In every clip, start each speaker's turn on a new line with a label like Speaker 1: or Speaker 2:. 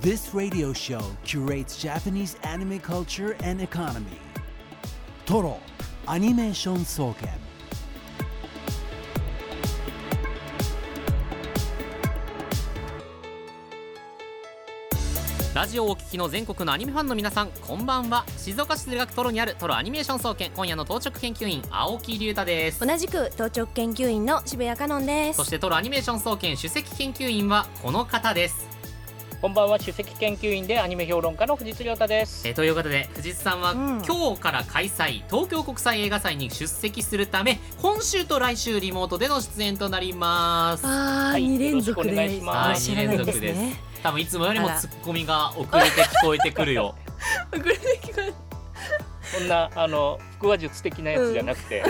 Speaker 1: This radio show curates Japanese anime culture and economy. Toro, Animation Soken.
Speaker 2: ラジオをお聞きの全国のアニメファンの皆さんこんばんは静岡市駿河区トロにあるトロアニメーション総研今夜の当直研究員青木隆太です
Speaker 3: 同じく当直研究員の渋谷香音です
Speaker 2: そしてトロアニメーション総研首席研究員はこの方です
Speaker 4: こんばんは、首席研究員でアニメ評論家の藤津亮太です。
Speaker 2: えーということで藤津さんは、
Speaker 3: うん
Speaker 2: 今日から開催東京国際映画祭に出席するため今週と来週リモートでの出演となります
Speaker 3: あー、
Speaker 4: はい
Speaker 3: 二連続
Speaker 4: よろしくお願い
Speaker 3: で
Speaker 4: します
Speaker 3: 知らないんです
Speaker 2: はい二連
Speaker 3: ね
Speaker 2: 多分いつもよりも
Speaker 3: あら
Speaker 2: ツッコミが遅れて聞こえてくる よ
Speaker 4: こんな、あの、腹話術的なやつじゃなくて、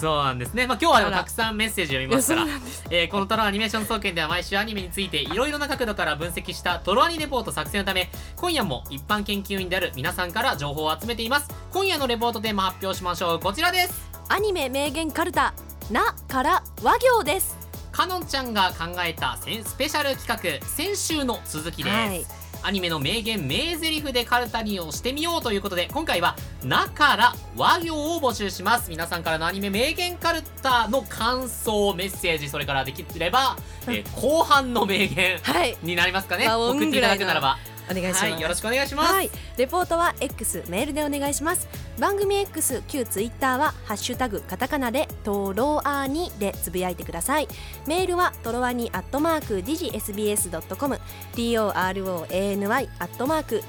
Speaker 2: そうなんですねまあ今日はでも
Speaker 3: あら
Speaker 2: たくさんメッセージ読みますからえーこのトロアニメーション総研では毎週アニメについていろいろな角度から分析したトロアニレポート作成のため今夜も一般研究員である皆さんから情報を集めています今夜のレポートテーマ発表しましょうこちらです
Speaker 3: アニメ名言カルタなから和行です
Speaker 2: かのんちゃんが考えたせんスペシャル企画先週の続きです、
Speaker 3: はい
Speaker 2: アニメの名言名台詞でカルタリーをしてみようということで今回は「なから和行」を募集します皆さんからのアニメ名言カルタの感想メッセージそれからできれば、えー後半の名言
Speaker 3: はい
Speaker 2: になりますかね
Speaker 3: 和音
Speaker 2: 送っていただくならば
Speaker 3: お願いします、
Speaker 2: はいよろしくお願いします、
Speaker 3: はい、レポートは X メールでお願いします番組 X 旧 Twitter はハッシュタグカタカナでトロアニでつぶやいてくださいメールはトロアニアットマーク digisbs.com toroani アットマーク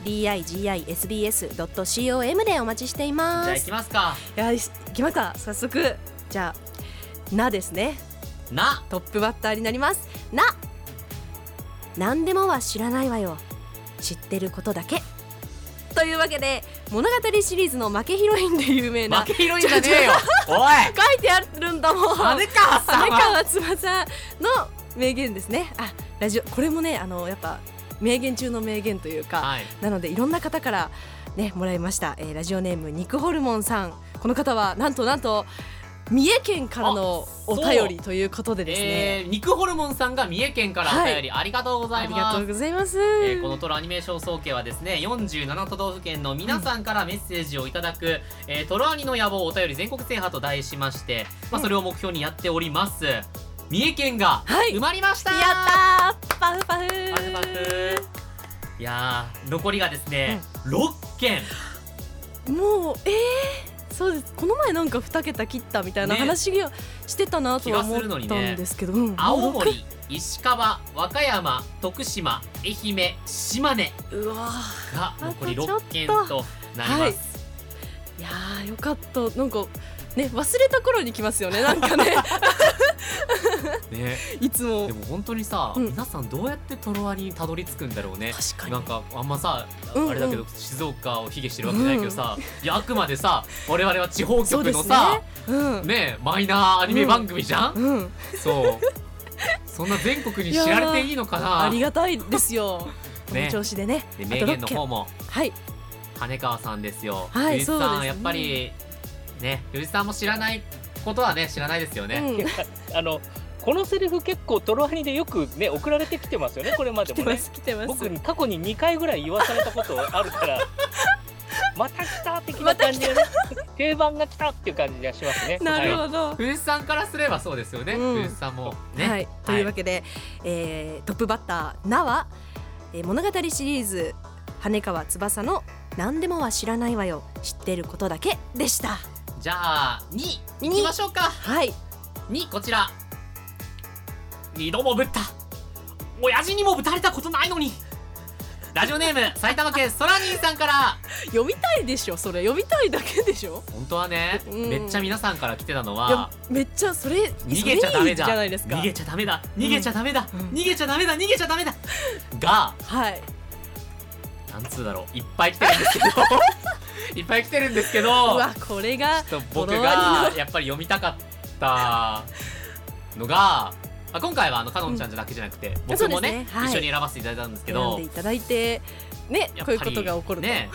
Speaker 3: digisbs.com でお待ちしてい
Speaker 2: じゃあ
Speaker 3: ま
Speaker 2: 行
Speaker 3: す
Speaker 2: きますか
Speaker 3: いやいきました早速じゃあなですね
Speaker 2: な
Speaker 3: トップバッターになりますな何でもは知らないわよ知ってることだけというわけで物語シリーズの負けヒロインで有名な
Speaker 2: 負
Speaker 3: 書
Speaker 2: けヒロインじ ゃねえよおい
Speaker 3: いてあるんだもん
Speaker 2: 羽川さん
Speaker 3: 鮎
Speaker 2: は
Speaker 3: 川翼の名言ですねあラジオこれもねあのやっぱ名言中の名言というか、
Speaker 2: はい
Speaker 3: なのでいろんな方からねもらいました、えーラジオネーム肉ホルモンさんこの方はなんとなんと三重県からのお便りということでですね、
Speaker 2: えー、肉ホルモンさんが三重県からお便り、ありがとうござ
Speaker 3: あ
Speaker 2: い
Speaker 3: り
Speaker 2: ま
Speaker 3: が
Speaker 2: す
Speaker 3: とうございます。
Speaker 2: えーこのトロアニメーション総計はですね47都道府県の皆さんからメッセージをいただく、えートロアニの野望お便り全国制覇と題しまして、まあ、それを目標にやっております三重県が
Speaker 3: はい
Speaker 2: 埋まりました、
Speaker 3: やったーパフパフー
Speaker 2: パフパフいやー残りがですね、六6件
Speaker 3: もうえー、そうですこの前なんか二桁切ったみたいな
Speaker 2: ね
Speaker 3: 話をしてたなとは
Speaker 2: 気
Speaker 3: 思
Speaker 2: が
Speaker 3: っ
Speaker 2: するのにね
Speaker 3: たんですけど、うん
Speaker 2: 青
Speaker 3: もう
Speaker 2: 森石川和歌山徳島愛媛島根
Speaker 3: 六うわ
Speaker 2: が残り
Speaker 3: あとちょ
Speaker 2: 6
Speaker 3: っと
Speaker 2: 件となります、
Speaker 3: ーいやーよかったなんかね忘れた頃に来ますよねなん かね
Speaker 2: ね、
Speaker 3: いつも
Speaker 2: でも本当にさ、
Speaker 3: うん
Speaker 2: 皆さんどうやってトロワにたどり着くんだろうね
Speaker 3: 確か
Speaker 2: なん
Speaker 3: に
Speaker 2: かあんまさ
Speaker 3: うんうん
Speaker 2: あれだけど静岡を卑下してるわけじゃないけどさ、いやあくまでさ我々は地方
Speaker 3: そ
Speaker 2: 局
Speaker 3: うで
Speaker 2: の
Speaker 3: す
Speaker 2: さ
Speaker 3: ねうん、
Speaker 2: ねマイナーアニメ番組じゃん、
Speaker 3: うん、
Speaker 2: そうそんな全国に知られていいのかな
Speaker 3: ありがたいですよ、こ
Speaker 2: ね
Speaker 3: の調子でね
Speaker 2: で
Speaker 3: あ
Speaker 2: 名
Speaker 3: と
Speaker 2: 言
Speaker 3: 六
Speaker 2: の
Speaker 3: 件
Speaker 2: 方も
Speaker 3: はい
Speaker 2: 羽川さんですよ。
Speaker 3: はい
Speaker 2: 藤井さ
Speaker 3: そ
Speaker 2: ん、
Speaker 3: うですね
Speaker 2: やっぱりね、藤井さんも知らないことはね、知らないですよね。
Speaker 3: うん、
Speaker 4: あの、このセリフ結構トロハニでよくね、送られてきてます よね、これまで
Speaker 3: 来て
Speaker 4: も
Speaker 3: ま
Speaker 4: ね。
Speaker 3: す来てます
Speaker 4: 僕に過去に2回ぐらい言わされたことあるから、 また来た的な感じでね、 定番が来たっていう感じがしますね。
Speaker 3: なる
Speaker 4: はい
Speaker 3: ほど、
Speaker 2: 藤井さんからすればそうですよね。
Speaker 3: うん
Speaker 2: 藤井さんもね。
Speaker 3: はい、というわけで、えートップバッター「な」は、えー物語シリーズ「羽川翼の何でもは知らないわよ知ってることだけ」でした
Speaker 2: じゃあ二行きましょうか。
Speaker 3: はい
Speaker 2: 二こちら。二度もぶった。親父にもぶたれたことないのに。ラジオネーム埼玉県ソラニーさんから。
Speaker 3: 読みたいでしょそれ読みたいだけでしょ
Speaker 2: 本当はね、
Speaker 3: うん
Speaker 2: めっちゃ皆さんから来てたの
Speaker 3: いや
Speaker 2: は。
Speaker 3: めっちゃそれ
Speaker 2: 逃げちゃダメだ
Speaker 3: それいいじゃないですか
Speaker 2: 逃げちゃダメだ逃げちゃダメだ、
Speaker 3: うん
Speaker 2: 逃げちゃダメだ逃げちゃダメだが
Speaker 3: はい
Speaker 2: なんつうだろういっぱい来てるん ですけどいっぱい来てるんですけど
Speaker 3: うわこれが
Speaker 2: ちょっと僕
Speaker 3: ボロアニ
Speaker 2: がやっぱり読みたかったのが、あ、今回はあのかのんちゃんじゃだけじゃなくて、僕もね
Speaker 3: そうですねはい
Speaker 2: 一緒に選ばせていただいたんですけ
Speaker 3: 選ん
Speaker 2: ど
Speaker 3: でいただいてね
Speaker 2: やっ
Speaker 3: こ
Speaker 2: ぱ
Speaker 3: うい
Speaker 2: り
Speaker 3: うことが起こると、
Speaker 2: ね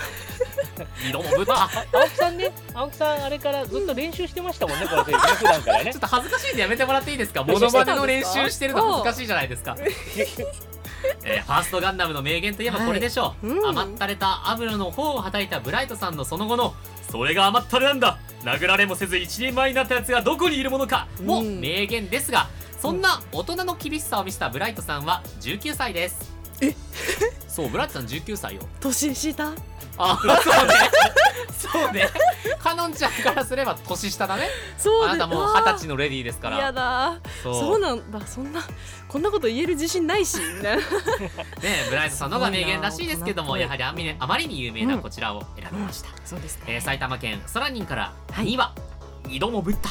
Speaker 2: 二度もぶった
Speaker 4: あ青木さんね、青木さんあれからずっと練習してましたもんね、このセリフね、普段からね
Speaker 2: ちょっ。と恥ずかしいんでやめてもらっていいですかモ
Speaker 3: 練習
Speaker 2: ノ
Speaker 3: して
Speaker 2: マネ
Speaker 3: たんですか
Speaker 2: の練習してるの恥ずかしいじゃないですか えーファーストガンダムの名言といえばこれでしょう、
Speaker 3: はいうん
Speaker 2: 余ったれた油の方をはたいたブライトさんのその後の「それが余ったれなんだ殴られもせず一人前になったやつがどこにいるものか」も
Speaker 3: うん
Speaker 2: 名言ですが、そんな大人の厳しさを見せたブライトさんは19歳ですえ そうブライトさん19歳よ
Speaker 3: 年下
Speaker 2: あそうねそうねかのんちゃんからすれば年下だね
Speaker 3: そう
Speaker 2: あなたもう二十歳のレディーですか
Speaker 3: や
Speaker 2: ら
Speaker 3: だ
Speaker 2: そう
Speaker 3: そうなんだそんなこんなこと言える自信ないし みたいな
Speaker 2: ねブライトさんの方が名言らしいですけども
Speaker 3: すごい
Speaker 2: や
Speaker 3: な
Speaker 2: はりあみねあまりに有名なこちらを選びました、
Speaker 3: そうですか
Speaker 2: えー埼玉県ソラニンから
Speaker 3: はい
Speaker 2: 2は二度もぶった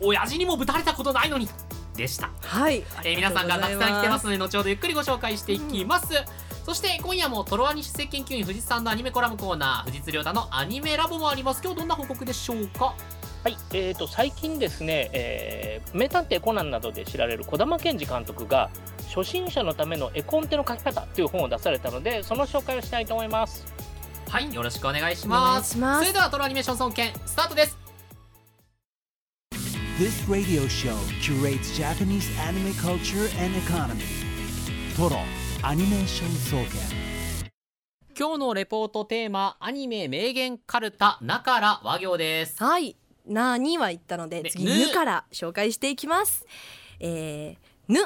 Speaker 2: 親父にもぶたれたことないのにでした、
Speaker 3: はい、
Speaker 2: えー皆さんがたくさん来てますの
Speaker 3: あ
Speaker 2: で後ほどゆっくりご紹介していきます、そして今夜もトロワニ出席研究員藤津さんのアニメコラムコーナー藤津亮太のアニメラボもあります今日どんな報告でしょうか
Speaker 4: はい、えー、と最近ですね、えー名探偵コナンなどで知られる児玉健二監督が初心者のための絵コンテの書き方という本を出されたのでその紹介をしたいと思います
Speaker 2: はいよろしくお願いし
Speaker 3: りがとう
Speaker 2: ま
Speaker 3: ございますすお願い
Speaker 2: そ
Speaker 3: し
Speaker 2: れではトロアニメーション尊権スタートです
Speaker 1: This radio show curates Japanese anime culture and economy. Toro Animation Soken.
Speaker 2: 今日のレポートテーマアニメ名言カルタなから和行 です
Speaker 3: ますはい「な」には言ったので
Speaker 2: で
Speaker 3: 次「
Speaker 2: ぬ
Speaker 3: ぬ」から紹介していきますえー「ぬ」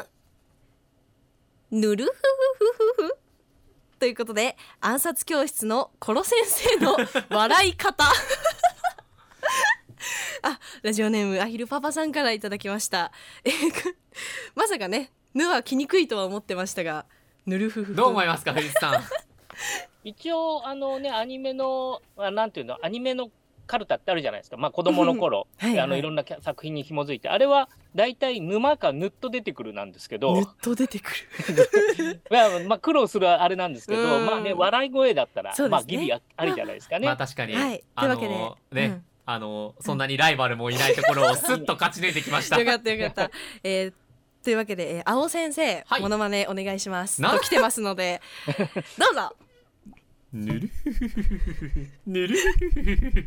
Speaker 3: 「ぬるふふふふふ」ということで暗殺教室のコロ先生 の笑い方あラジオネームアヒルパパさんからいただきましたえーくまさかね「ぬ」は来にくいとは思ってましたが「ぬるふふふ」
Speaker 2: どう思いますか藤井さん
Speaker 4: 一応あのねアニメのあなんていうのアニメのカルタってあるじゃないですか、まあ、子供の頃、
Speaker 3: うん はいはい
Speaker 4: あのいろんなキャ作品に紐づいてあれは大体沼かぬっと出てくるなんですけど
Speaker 3: ぬっと出てくる
Speaker 4: まあ、まあ、苦労するあれなんですけど、
Speaker 3: うん
Speaker 4: まあね、笑い声だったら、
Speaker 3: そうですね
Speaker 4: まあ、ギリあありじゃないですかね。
Speaker 2: まあ確かに、
Speaker 3: はい
Speaker 2: あ
Speaker 3: というわ
Speaker 2: の
Speaker 3: けで
Speaker 2: ね、
Speaker 3: うん
Speaker 2: あのそんなにライバルもいないところをスッと勝ち抜いてきました
Speaker 3: よかったよ かった。えーというわけで、えー、青先生、
Speaker 2: はい
Speaker 3: モノマネお願いします。
Speaker 2: な
Speaker 3: と来てます ので、どうぞ。
Speaker 2: ぬるふふふふふぬるふふふふふ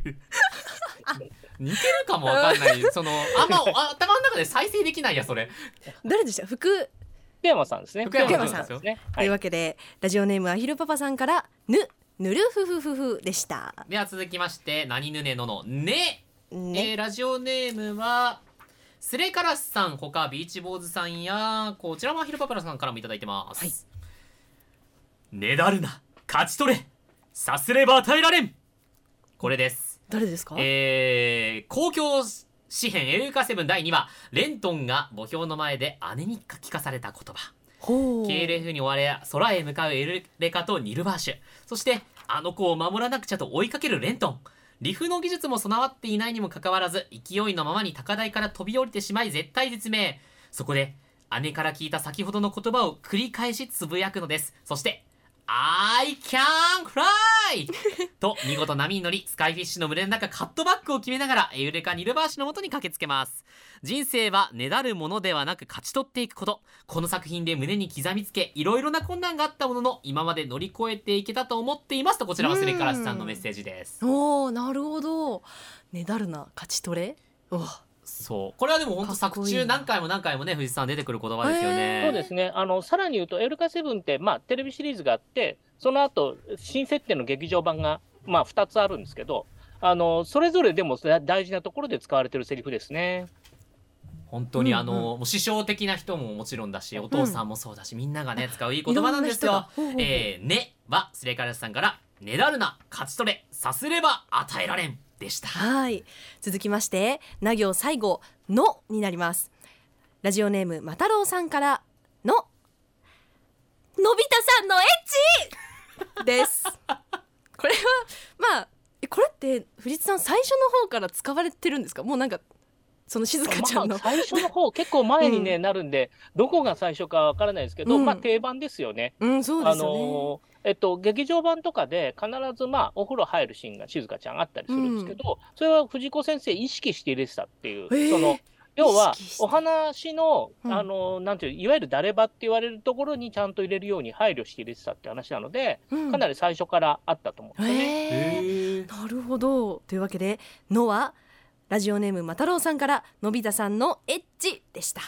Speaker 2: 似てるかもわかん ないそのあんまあ頭の中で再生できないやそれ
Speaker 3: 誰でした福、
Speaker 4: 福山さんですね。
Speaker 2: 福山
Speaker 3: さん
Speaker 4: ですね。
Speaker 3: と
Speaker 4: はいいう
Speaker 3: わ。けで、ラジオネームアヒルパパさんから、ぬ、ぬるふふふふでした。
Speaker 2: では続きまして何ぬねののねえ
Speaker 3: ね。
Speaker 2: ーラジオネームはスレカラスさんほかビーチボーズさんやこちらもアヒルパパラさんからもいただいてます、
Speaker 3: はい
Speaker 2: ねだるな勝ち取れさすれば与えられんこれです
Speaker 3: 誰ですか、
Speaker 2: えー、公共詩編エルカセブン第2話レントンが墓標の前で姉に書きかされた言葉
Speaker 3: ほう。
Speaker 2: KLF に追われ空へ向かうエルレカとニルバーシュそしてあの子を守らなくちゃと追いかけるレントンリフの技術も備わっていないにもかかわらず勢いのままに高台から飛び降りてしまい絶体絶命そこで姉から聞いた先ほどの言葉を繰り返しつぶやくのですそして「I can fly!」と見事波に乗りスカイフィッシュの群れの中カットバックを決めながらエウレカ・ニルバーシュのもとに駆けつけます人生はねだるものではなく勝ち取っていくことこの作品で胸に刻みつけいろいろな困難があったものの今まで乗り越えていけたと思っていますとこちらはスレカラスさんのメッセージです
Speaker 3: おーなるほど。ねだるな、勝ち取れうわ
Speaker 2: そうこれはでも本当
Speaker 3: かっこ
Speaker 2: 作
Speaker 3: いい
Speaker 2: 中
Speaker 3: な
Speaker 2: 何回も何回もね藤井さん出てくる言葉ですよ
Speaker 3: へ
Speaker 2: ね、
Speaker 3: ー
Speaker 4: そうですね。あの、さらに言うと、エルカセブンって、まあ、テレビシリーズがあって、その後、新設定の劇場版が、まあ、2つあるんですけど、あの、それぞれでもだ大事なところで使われてるセリフですね。
Speaker 2: 本当にあの、
Speaker 3: うんうん
Speaker 2: もう師匠的な人ももちろんだしお父さんもそうだし、みんながね使ういい言葉なんです
Speaker 3: いろんな
Speaker 2: よ
Speaker 3: 人がほうほうほう
Speaker 2: えーねはスレカラスさんからねだるな勝ち取れさすれば与えられんでした
Speaker 3: はい。続きまして、な行最後、のになります。ラジオネーム、またろうさんから、の、のび太さんのエッチ です。これは、まあ、えこれって、藤津さん最初の方から使われてるんですかもうなんか、その静香ちゃん
Speaker 4: ま
Speaker 3: の。
Speaker 4: あ、最初の方、結構前に、ねなるんで、どこが最初かわからないですけど、
Speaker 3: うん
Speaker 4: まあ、定番ですよね。
Speaker 3: うん、そう
Speaker 4: あ
Speaker 3: ですよね。
Speaker 4: のーえっと、劇場版とかで必ず、まあ、お風呂入るシーンが静香ちゃんあったりするんですけど、それは藤子先生意識して入れてたっていう、
Speaker 3: えー
Speaker 4: その要は
Speaker 3: 意識して
Speaker 4: お話の、
Speaker 3: うん
Speaker 4: あのーなんていういわゆる誰ばって言われるところにちゃんと入れるように配慮して入れてたって話なので、
Speaker 3: うん
Speaker 4: かなり最初からあったと思うんですよね。
Speaker 3: へーなるほど。というわけで、のは、ラジオネーム、またろうさんから、のび太さんのエッチでした。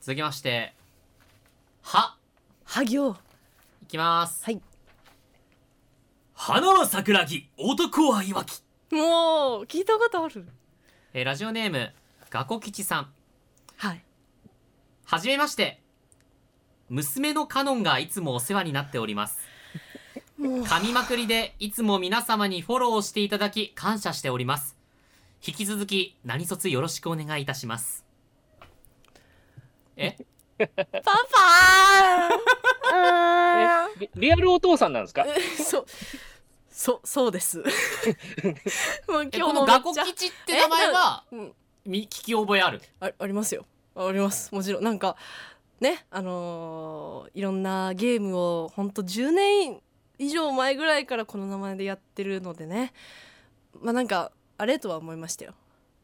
Speaker 2: 続きまして「は」
Speaker 3: 萩尾
Speaker 2: いきます。
Speaker 3: はい
Speaker 2: 花は桜木、男は岩木。
Speaker 3: もう聞いたことある
Speaker 2: えーラジオネーム、ガコ吉さん。
Speaker 3: はい
Speaker 2: はじめまして。娘のカノンがいつもお世話になっております。
Speaker 3: もう
Speaker 2: 噛みまくりでいつも皆様にフォローしていただき感謝しております。引き続き何卒よろしくお願いいたします。え
Speaker 3: パパ
Speaker 4: えリリアルお父さんなんですか
Speaker 3: ー そうそうそうです もう
Speaker 2: えこ
Speaker 3: 今日
Speaker 2: の
Speaker 3: も
Speaker 2: ガコ
Speaker 3: めっちゃ
Speaker 2: 吉って名前は
Speaker 3: えなうん
Speaker 2: み聞き覚えある。
Speaker 3: あありますよあありますもちろんなんかねあのーいろんなゲームをほんと10年以上前ぐらいからこの名前でやってるのでねまあなんかあれとは思いましたよ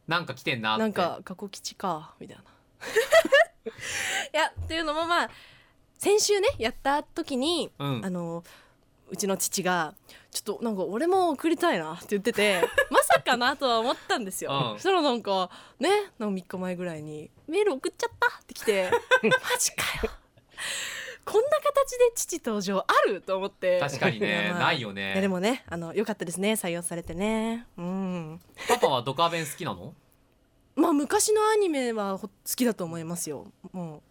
Speaker 2: なんか来てんなって。
Speaker 3: なんか過去基地かみたいな いやっていうのもまあ先週ねやった時に
Speaker 2: うん
Speaker 3: あ。のうちの父が「ちょっとなんか俺も送りたいな」って言ってて まさかなとは思ったんですよ、
Speaker 2: うん
Speaker 3: そしたらなんかねなんか3日前ぐらいに「メール送っちゃった」って 来て「マジかよこんな形で父登場ある?」と思って
Speaker 2: 確かに ね、ない
Speaker 3: よ、
Speaker 2: よ
Speaker 3: いやで
Speaker 2: ね。
Speaker 3: もねあのよかったですね採用されてねうん
Speaker 2: パパはドカベン好きなの
Speaker 3: まあ昔のアニメはほ好きだと思いますよもう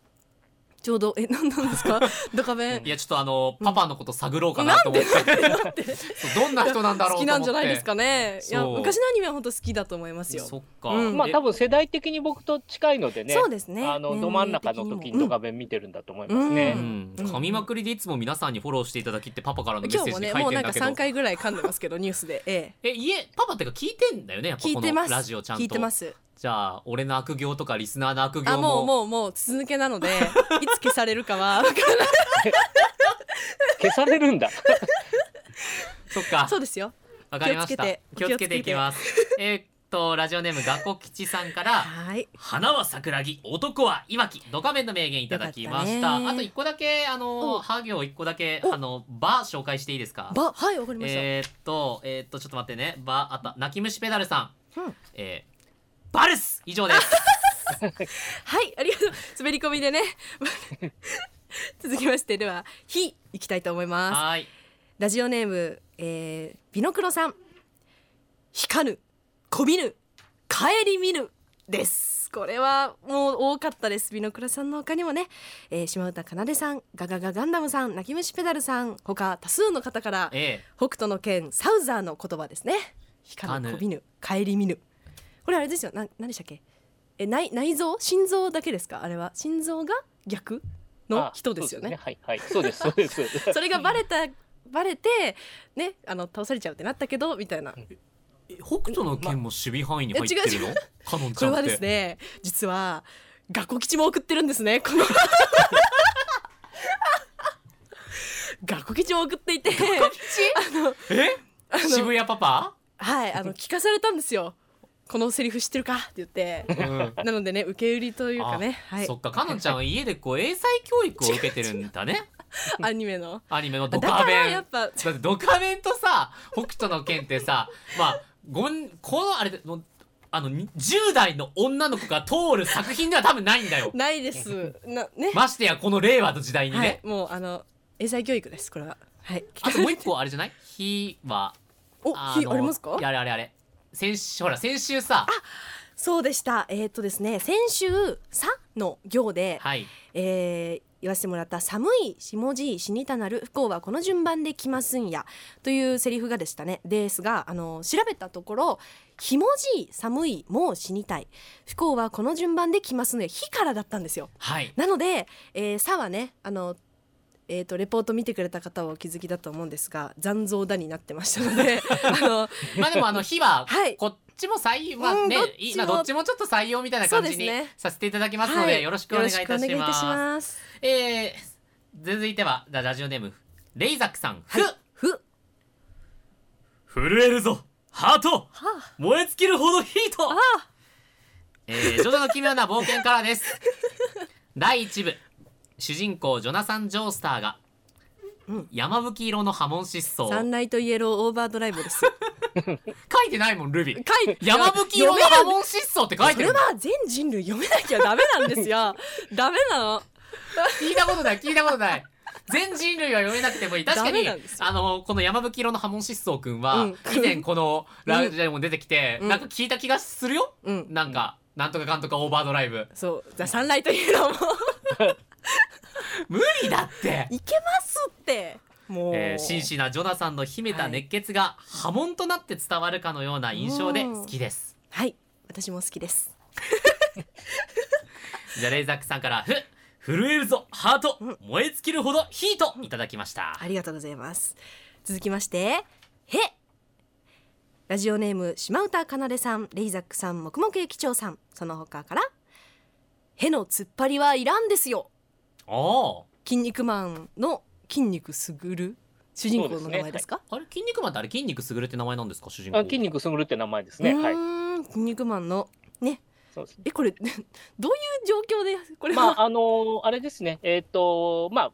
Speaker 3: ちょうどえ何なんですかド カベン
Speaker 2: いや、ちょっとあの、パパのこと探ろうかなと思って。 そうどんな人なんだろうと思って。
Speaker 3: 好きなんじゃないですかねいや
Speaker 2: そう
Speaker 3: 昔のアニメは本当好きだと思いますよ
Speaker 2: そっか。
Speaker 3: うん
Speaker 4: まあ
Speaker 2: え
Speaker 4: 多分世代的に僕と近いのでね、
Speaker 3: そうですね
Speaker 4: あの
Speaker 3: 年
Speaker 4: ど真ん中の
Speaker 3: 齢的
Speaker 4: 時
Speaker 3: も
Speaker 4: にドカベン見てるんだと思いますね。
Speaker 2: う
Speaker 3: うんん、
Speaker 2: 噛みまくりでいつも皆さんにフォローしていただきってパパからの
Speaker 3: うん
Speaker 2: メッ
Speaker 3: 今
Speaker 2: セ
Speaker 3: 日
Speaker 2: ージに書
Speaker 3: もね
Speaker 2: い
Speaker 3: もう
Speaker 2: て
Speaker 3: な
Speaker 2: ん
Speaker 3: んか
Speaker 2: だけど
Speaker 3: 3。回ぐらい噛んでますけどニュースで、え
Speaker 2: え、家、パパってか聞いてんだよね、やっ
Speaker 3: え、
Speaker 2: ぱ
Speaker 3: 聞い
Speaker 2: こ
Speaker 3: て
Speaker 2: の
Speaker 3: ます
Speaker 2: ラジオちゃ
Speaker 3: 聞
Speaker 2: ん
Speaker 3: いて
Speaker 2: と
Speaker 3: ま。す
Speaker 2: じゃあ、俺の悪行とかリスナーの悪
Speaker 3: あ
Speaker 2: 行
Speaker 3: も
Speaker 2: も。
Speaker 3: うもうもう筒抜けな のでいつ消されるかは 分からない
Speaker 4: 消されるんだ。
Speaker 2: そっか
Speaker 3: そ、うですよ
Speaker 2: わかりました。気
Speaker 3: 気
Speaker 2: を
Speaker 3: を
Speaker 2: つ
Speaker 3: つけて
Speaker 2: けていきます。えーっと、ラジオネーム、ガコ吉さんから、
Speaker 3: はい
Speaker 2: 花は桜木、男はいわき、ドカベンの名言いただきまし
Speaker 3: よ
Speaker 2: た。
Speaker 3: かったね
Speaker 2: あと一個だけ、あの、
Speaker 3: お
Speaker 2: ハ行一個だけ、
Speaker 3: お
Speaker 2: あの、場紹介していいですか
Speaker 3: ばはいわかりました、
Speaker 2: えーっと、えーっと、ちょっと待ってね。ば、あった、泣き虫ペダルさん。
Speaker 3: うん
Speaker 2: えーバルス以上です。
Speaker 3: はいありがとう滑り込みでね 続きましてでは「ひ」いきたいと思います
Speaker 2: はーい。
Speaker 3: ラジオネーム、えー、ビノクロさん。ひかぬ、こびぬ、帰り見ぬです。これはもう多かったです。ビノクロさんの他にもね、えー、島唄かなでさん、ガガガガンダムさん、泣き虫ペダルさん、他多数の方から
Speaker 2: え
Speaker 3: 北斗の剣サウザーの言葉ですね。ひか
Speaker 2: かぬ
Speaker 3: ぬ、こびぬ、帰り見ぬ。これあれですよ。な何でしたっけ？え内内臓、心臓だけですか？あれは心臓が逆の
Speaker 4: あ
Speaker 3: 人ですよね
Speaker 4: そう。はいはい、そうですそうです。
Speaker 3: それがバレたバレてねあの倒されちゃうってなったけどみたいなこ
Speaker 2: え北斗の剣も守備範囲に入ってるの、
Speaker 3: ま
Speaker 2: カノンちゃ
Speaker 3: れ
Speaker 2: んっ
Speaker 3: は
Speaker 2: て。
Speaker 3: ですね実は学校吉も送ってるんですね この学校吉も送っていて
Speaker 2: え渋谷パパ、
Speaker 3: はいあの聞かされたんですよこのセリフ知ってるかって言って
Speaker 2: うん
Speaker 3: なのでね受け売りというかねはい
Speaker 2: そっか、カノンちゃんは家でこう、英才教育を受けてるんだ ね。
Speaker 3: アニメの
Speaker 2: アニメのド
Speaker 3: だ
Speaker 2: カ
Speaker 3: から
Speaker 2: ベン。
Speaker 3: やっ
Speaker 2: だ
Speaker 3: ぱ
Speaker 2: ってドカベンとさ北斗の剣ってさまあごんこのあれのあのに10代の女の子が通る作品では多分ないんだよ
Speaker 3: ないです なね
Speaker 2: ましてやこの令和の時代にね、
Speaker 3: はいもうあの英才教育ですこれははい
Speaker 2: あともう一個あれじゃない「火は」
Speaker 3: お
Speaker 2: の
Speaker 3: ひありますか
Speaker 2: いやあれあれあれ先週ほら先週さ
Speaker 3: そうでした。えーっとですね、先週さの行で、
Speaker 2: はい
Speaker 3: えー言わせてもらった寒い下地い死にたなる不幸はこの順番で来ますんやというセリフがでしたね。ですが、あの調べたところ、ひもじい寒いもう死にたい不幸はこの順番で来ますのや日からだったんですよ。
Speaker 2: はい
Speaker 3: なので、えー、さはね、あの。えー、とレポート見てくれた方はお気づきだと思うんですが残像だになってましたの であの
Speaker 2: まあでもあの火は
Speaker 3: はい
Speaker 2: こっちも採用まあ
Speaker 3: うん
Speaker 2: ね
Speaker 3: どっちも
Speaker 2: いいなどっちもちょっと採用みたいな感じに
Speaker 3: そうですね
Speaker 2: させていただきますの
Speaker 3: は
Speaker 2: でよろしくお願いいたし
Speaker 3: よろくお願いい
Speaker 2: ま
Speaker 3: たし
Speaker 2: す
Speaker 3: ます。
Speaker 2: えー、続いてはララジオネームレイザックさん、
Speaker 3: はいふ
Speaker 2: ふ震えるぞハート
Speaker 3: はあ
Speaker 2: 燃え尽きるほどヒートえー、ジョジョの奇妙な冒険からです 第1部主人公ジョナサン・ジョースターが、
Speaker 3: うん
Speaker 2: 山吹色の波紋疾走
Speaker 3: サン
Speaker 2: 書
Speaker 3: ライトイエローオーバードライブ です。
Speaker 2: いてないもんルビー
Speaker 3: 書い
Speaker 2: 山吹色の波紋疾走って書い
Speaker 3: そ
Speaker 2: て
Speaker 3: れ
Speaker 2: る
Speaker 3: は全人 類読めなきゃダメなんですよ。ダメなの。
Speaker 2: 聞いたことない聞いたことない全人類は読めなくてもいい確か
Speaker 3: ダメ
Speaker 2: に
Speaker 3: なんですよ
Speaker 2: あのこの山吹色の波紋疾走くんは、
Speaker 3: うん
Speaker 2: 以前このラジオでも出てきて、
Speaker 3: うん
Speaker 2: なんか聞いた気がするよ、
Speaker 3: うん
Speaker 2: なんかなんとかかんとかオーバードライブ
Speaker 3: そう「ザ・サンライトヒーロー」も
Speaker 2: 無理だって
Speaker 3: いけますってもう、
Speaker 2: えー真摯なジョナサンの秘めた熱血が波紋となって伝わるかのような印象で
Speaker 3: うん
Speaker 2: 好きです、
Speaker 3: はい私も好きです
Speaker 2: じゃあレイザックさんから「ふ震えるぞハート燃え尽きるほどヒート」いただきました
Speaker 3: ありがとうございます。続きまして、へラジオネーム、島唄かなでさん、レイザックさん、黙々駅長さん、その他から、への突っ張りはいらんですよ
Speaker 2: おー
Speaker 3: 筋肉マンの筋肉すぐる主人公の名前ですか。
Speaker 2: あれ筋肉マンってあれ筋肉優れって名前なんですか主人公
Speaker 4: あ筋肉すぐるって名前ですね。はいう
Speaker 3: ーん筋肉マンの、ね、
Speaker 4: そうですね。
Speaker 3: え、これ、 どういう状況で、これ
Speaker 4: ま
Speaker 3: は、
Speaker 4: あ、あのーあれですね。えっ、と、まあ、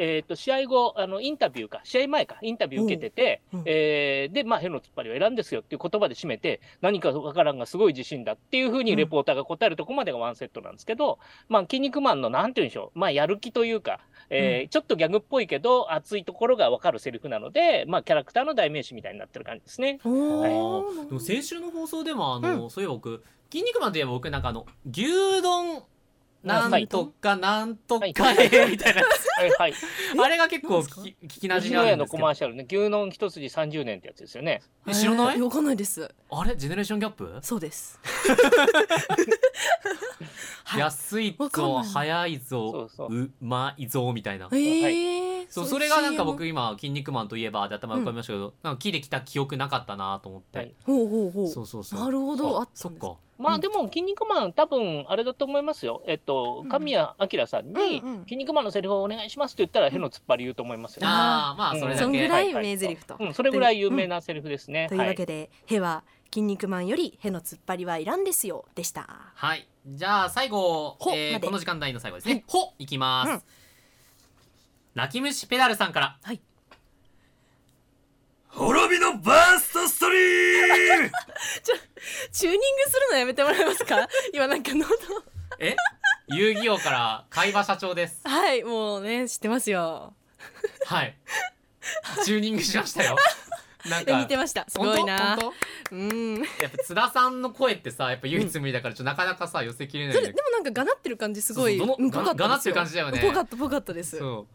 Speaker 4: えっ、と、試合後、あの、インタビューか、試合前か、インタビュー受けてて、
Speaker 3: うんうん
Speaker 4: えーで、まあ、ヘの突っ張りを選んですよっていう言葉で締めて、何かわからんがすごい自信だっていうふう
Speaker 3: う
Speaker 4: に
Speaker 3: ん
Speaker 4: レポーターが答えるとこまでがワンセットなんですけど、まあ、筋肉マンの、なんて言うんでしょう、まあ、やる気というか、えーちょっとギャグっぽいけど、熱いところがわかるセリフなので、まあ、キャラクターの代名詞みたいになってる感じですね。
Speaker 3: お
Speaker 2: あ
Speaker 3: ー
Speaker 2: ーでも先週の放送でもあの、そういえば僕「筋肉マン」といえば僕なんかあの牛丼なんとかなんとか
Speaker 4: はい
Speaker 2: えーみ たいなやつ
Speaker 4: はい、 はい。
Speaker 2: あれが結構
Speaker 3: なんですか
Speaker 2: 聞き聞きなじ
Speaker 4: 吉
Speaker 2: み
Speaker 4: 野
Speaker 2: あ
Speaker 4: 家
Speaker 2: るんで
Speaker 4: の
Speaker 2: すけ
Speaker 4: コ
Speaker 2: ど
Speaker 4: マーシャルね、牛丼一筋30年ってやつですよね。
Speaker 2: え知らない
Speaker 3: えーわかんないです。
Speaker 2: あれジェネレーションギャップ
Speaker 3: そ うです。はい
Speaker 2: 安い
Speaker 3: わかん
Speaker 2: ぞ
Speaker 3: ない
Speaker 2: 早いぞ
Speaker 4: そうそう
Speaker 2: まいぞみたいな
Speaker 3: えー、
Speaker 2: そう
Speaker 3: い
Speaker 2: それがなんか
Speaker 3: CM
Speaker 2: 僕今「筋肉マン」といえばで頭浮かびましたけど、なんか聞いてきた記憶なかったなと思って、
Speaker 4: はい
Speaker 3: ほうほうほう。
Speaker 2: そうそうそう
Speaker 3: なるほどあった
Speaker 2: そ
Speaker 3: ん
Speaker 2: っ
Speaker 3: です
Speaker 2: か
Speaker 4: ま
Speaker 3: う
Speaker 4: あ
Speaker 3: ん
Speaker 4: でも、筋肉マン、多分あれだと思いますよ。えっと
Speaker 3: うん、
Speaker 4: 神谷明さんに
Speaker 3: うんうん、
Speaker 4: 筋肉マンのセリフをお願いしますって言ったら、への突っ張り言うと思いますよ。
Speaker 2: ああまあ
Speaker 4: うん
Speaker 2: それだ
Speaker 3: そん
Speaker 2: け、
Speaker 3: ぐらい
Speaker 4: はいはい
Speaker 3: 名台詞と。
Speaker 4: うん、それぐらい有名なセリフですね。
Speaker 3: というわ
Speaker 4: は
Speaker 3: けで、へは筋肉マンよりへの突っ張りはいらんですよでした。
Speaker 2: はい。じゃあ最後
Speaker 3: ほ、
Speaker 2: えー
Speaker 3: まで
Speaker 2: この時間帯の最後ですね。ほ、いきます。
Speaker 3: うん
Speaker 2: ラキムシペダルさんから。
Speaker 3: はい。
Speaker 2: 滅びのバーストストリーム
Speaker 3: チューニングするのやめてもらえます か？今なんか喉。
Speaker 2: え遊戯王から海馬社長です。
Speaker 3: はい、もうね知ってますよ。
Speaker 2: はい。チューニングしましたよ。なん
Speaker 3: え
Speaker 2: か。
Speaker 3: 見てました。すごいな
Speaker 2: 本当。本
Speaker 3: うん。で
Speaker 2: 当やっぱ津田さんの声ってさ、やっぱ唯一無二だから、ちょっとなかなかさ、寄せきれないん
Speaker 3: で
Speaker 2: だ
Speaker 3: も
Speaker 2: けど。
Speaker 3: なんかがなってる感じすごい。
Speaker 2: そうそうどの
Speaker 3: うんぽかた
Speaker 2: がながな
Speaker 3: です
Speaker 2: ってる感じだよね
Speaker 3: ぽかったぽかったです。
Speaker 2: そ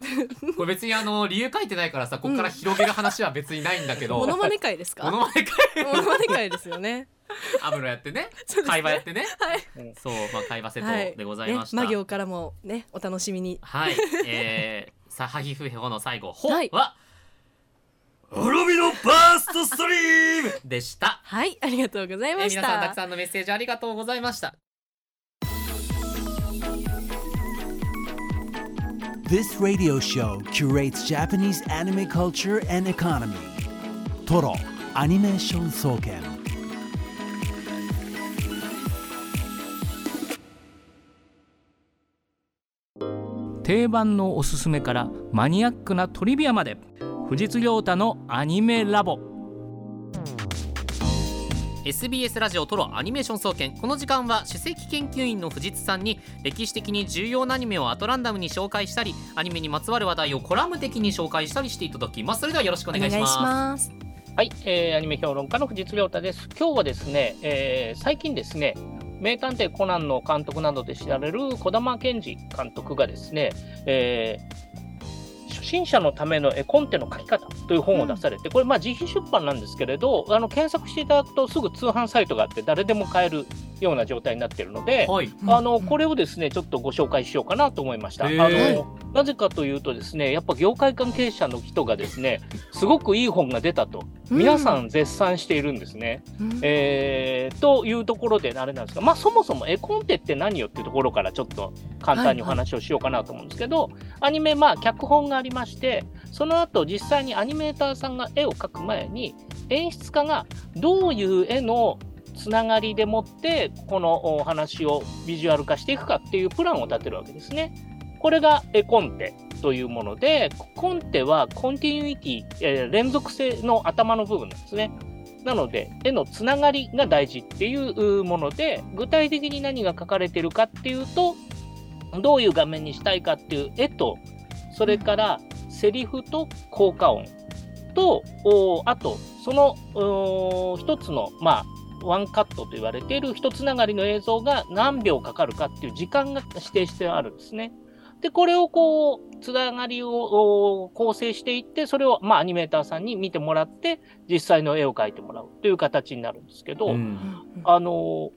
Speaker 2: う。これ別にあの、理由書いてないからさ、ここから広げる話は別にないんだ けど。
Speaker 3: モノマネ会ですか？
Speaker 2: モノ
Speaker 3: モノ
Speaker 2: マネか
Speaker 3: マネ会です よね。
Speaker 2: アムロやってね
Speaker 3: そうですね
Speaker 2: 会話やってね
Speaker 3: はい。
Speaker 2: そうまあ会話セ
Speaker 3: は
Speaker 2: ットでございました
Speaker 3: ね、
Speaker 2: は
Speaker 3: 魔
Speaker 2: い、
Speaker 3: 行からもねお楽しみに。
Speaker 2: えー、さはぎふへほの最後「ほ」
Speaker 3: はい
Speaker 2: は
Speaker 1: 滅びのバーストストリーム
Speaker 2: でした
Speaker 3: はい、ありがとうござい
Speaker 2: え
Speaker 3: ま
Speaker 2: ー
Speaker 3: した。
Speaker 2: 皆さんたくさんのメッセージありがとうございました
Speaker 1: This radio show curates Japanese anime culture and economy. Toro, Animation Soken.
Speaker 5: 定番のおすすめからマニアックなトリビアまで藤津亮太のアニメラボ
Speaker 2: SBS ラジオトロアニメーション総研この時間は首席研究員の藤津さんに歴史的に重要なアニメをアトランダムに紹介したりアニメにまつわる話題をコラム的に紹介したりしていただきますそれではよろしくお願いします
Speaker 3: ます。
Speaker 4: い、はいえーアニメ評論家の藤津亮太です。今日はですね、えー最近ですね、名探偵コナンの監督などで知られる児玉健二監督がですね、えー初心者のための絵コンテの書き方という本を出されて、これ、まあ、自費出版なんですけれど、あの検索していただくと、すぐ通販サイトがあって、誰でも買えるような状態になっているので、
Speaker 2: はい
Speaker 4: あのこれをですねちょっとご紹介しようかなと思いました。あ
Speaker 2: へー
Speaker 4: のなぜかというとですねやっぱ業界関係者の人がですねすごくいい本が出たと
Speaker 3: うん
Speaker 4: 皆さん絶賛しているんですね。えーというところであれなんですが、まあ、そもそも絵コンテって何よっていうところからちょっと簡単にお話をしようかなと思うんですけど、アニメまあ脚本がありましてその後実際にアニメーターさんが絵を描く前に演出家がどういう絵のつながりでもってこのお話をビジュアル化していくかっていうプランを立てるわけですね。これが絵コンテというものでコンテはコンティニュイティ、えー連続性の頭の部分なんですね。なので、絵のつながりが大事っていうもので、具体的に何が書かれてるかっていうと、どういう画面にしたいかっていう絵と、それからセリフと効果音と、おーあと、そのおー一つの、まあ、ワンカットと言われている一つながりの映像が何秒かかるかっていう時間が指定してあるんですね。で、これをこう、つながりをおー構成していって、それを、まあ、アニメーターさんに見てもらって、実際の絵を描いてもらうという形になるんですけど、
Speaker 2: うん
Speaker 4: あの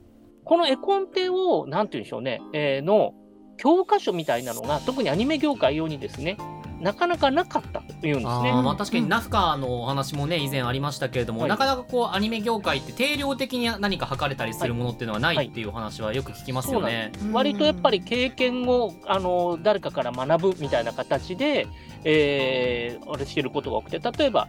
Speaker 4: この絵コンテを、なんて言うんでしょうね、えーの教科書みたいなのが、特にアニメ業界用にですね、なかなかなかったというんです
Speaker 2: あ
Speaker 4: ね。
Speaker 2: ーまあ確かにナフカのお話もね以前ありましたけれども、
Speaker 4: はい
Speaker 2: なかなかこうアニメ業界って定量的に何か測れたりするものっていうのはな
Speaker 4: はいい
Speaker 2: っていうお話はよく聞きます
Speaker 4: そう
Speaker 2: よ
Speaker 4: なん
Speaker 2: ね
Speaker 4: で。す割とやっぱり経験をあの誰かから学ぶみたいな形で、えー、あれしてることが多くて例えば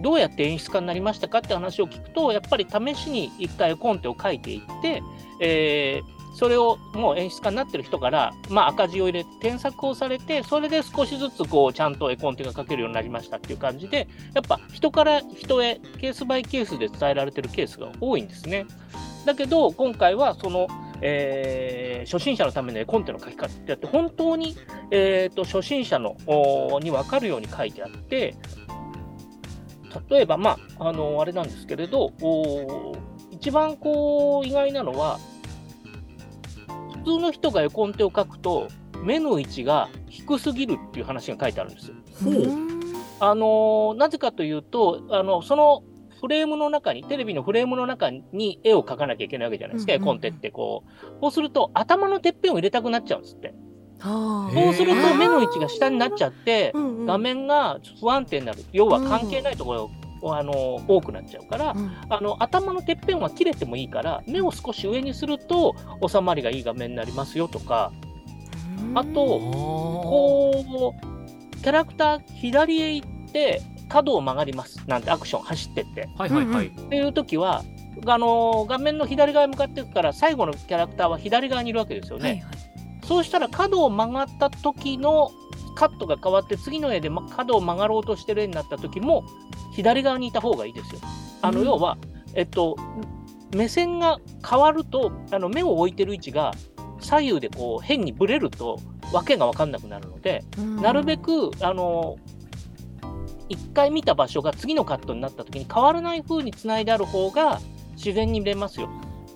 Speaker 4: どうやって演出家になりましたかって話を聞くとやっぱり試しに一回コンテを書いていって、えーそれをもう演出家になってる人から、まあ、赤字を入れて添削をされてそれで少しずつこうちゃんと絵コンテが書けるようになりましたっていう感じでやっぱ人から人へケースバイケースで伝えられてるケースが多いんですね。だけど今回はそのえー初心者のための絵コンテの書き方ってやって本当に、えー、と初心者のおーに分かるように書いてあって例えばまああのあれなんですけれどおー一番こう意外なのは普通の人が絵コンテを書くと目の位置が低すぎるっていう話が書いてあるんですよ。
Speaker 2: ほう
Speaker 4: あのなぜかというとあのそのフレームの中にテレビのフレームの中に絵を描かなきゃいけないわけじゃないですか、
Speaker 3: うんうんうん
Speaker 4: 絵コンテってこうそうすると頭のてっぺんを入れたくなっちゃうんですって
Speaker 3: は
Speaker 2: へ
Speaker 3: あ
Speaker 2: ー
Speaker 4: そうすると目の位置が下になっちゃって
Speaker 3: うんうん
Speaker 4: 画面が不安定になる要は関係ないところがあの多くなっちゃうから
Speaker 3: うん
Speaker 4: あの頭のてっぺんは切れてもいいから目を少し上にすると収まりがいい画面になりますよとかあと
Speaker 2: こ
Speaker 4: こうキャラクター左へ行って角を曲がりますなんてアクション走ってって
Speaker 2: うはいはいはい。
Speaker 4: っていう時はあの画面の左側へ向かっていくから最後のキャラクターは左側にいるわけですよね、
Speaker 3: はいはい
Speaker 4: そうしたら角を曲がった時のカットが変わって次の絵でま角を曲がろうとしてる絵になった時も左側にいた方がいいですよ。あの
Speaker 3: うん
Speaker 4: 要は、えっと、目線が変わるとあの目を置いてる位置が左右でこう変にブレると訳が分かんなくなるので
Speaker 3: うん
Speaker 4: なるべくあの1回見た場所が次のカットになった時に変わらない風につないである方が自然に見れますよ。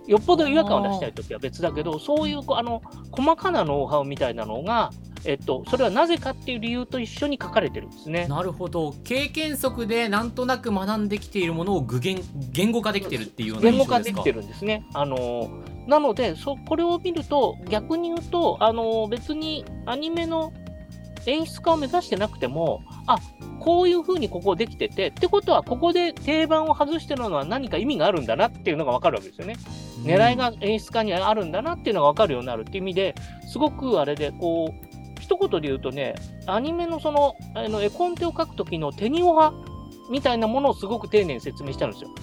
Speaker 4: よっぽど違和感を出したい時は別だけどそういうこうあの細かなノウハウみたいなのが、えっと、それはなぜかっていう理由と一緒に書かれてるんですね。
Speaker 2: なるほど経験則でなんとなく学んできているものを具現言語化できてるっていうような
Speaker 4: 言語
Speaker 2: 印象
Speaker 4: 化
Speaker 2: で
Speaker 4: ですき
Speaker 2: か
Speaker 4: てるんですね。あのなのでそこれを見ると逆に言うとあの別にアニメの演出家を目指してなくてもあこういうふうにここできててってことはここで定番を外してるのは何か意味があるんだなっていうのが分かるわけですよね。狙いが演出家にあるんだなっていうのが分かるようになるっていう意味ですごくあれでこう一言で言うとねアニメのそのあの絵コンテを書く時の手にオハみたいなものをすごく丁寧に説明してあるんですよ。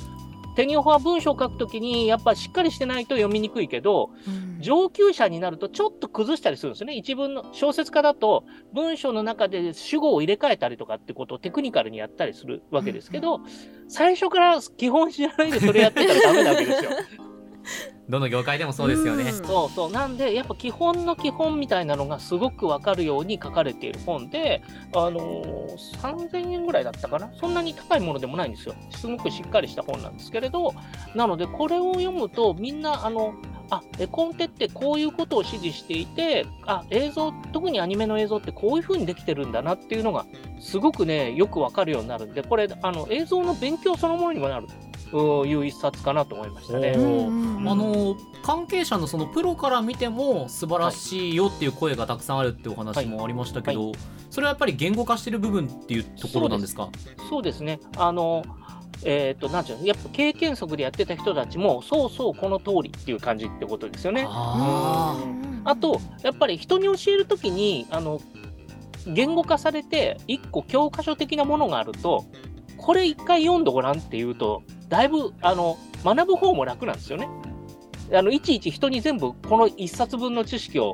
Speaker 4: 手にオハは文章を書く時にやっぱしっかりしてないと読みにくいけど
Speaker 3: うん
Speaker 4: 上級者になるとちょっと崩したりするんですよね。一文の小説家だと文章の中で主語を入れ替えたりとかってことをテクニカルにやったりするわけですけど最初から基本知らないでそれやってたらダメなわけですよ。
Speaker 2: どの業界でもそうですよね
Speaker 3: う。ん
Speaker 4: そうそうなんでやっぱ基本の基本みたいなのがすごくわかるように書かれている本で、あのー3000円ぐらいだったかなそんなに高いものでもないんですよすごくしっかりした本なんですけれどなのでこれを読むとみんなあのあ絵コンテってこういうことを指示していてあ映像特にアニメの映像ってこういうふうにできてるんだなっていうのがすごくねよくわかるようになるんでこれあの映像の勉強そのものにもなるという一冊かなと思いましたね。
Speaker 3: うんうんうん
Speaker 2: あの関係者のそのプロから見ても素晴らしいよっていう声がたくさんあるっていうお話もありましたけど、それはやっぱり言語化してる部分っていうところなんですか
Speaker 4: そうですね。あの、えっ、と、なんていうの、やっぱ経験則でやってた人たちも、そうそう、この通りっていう感じってことですよね。
Speaker 2: あ
Speaker 3: うんうんうん
Speaker 4: あと、やっぱり人に教えるときに、あの、言語化されて、一個教科書的なものがあると、これ一回読んでごらんっていうと、だいぶ、あの、学ぶ方も楽なんですよね。あの、いちいち人に全部、この一冊分の知識を、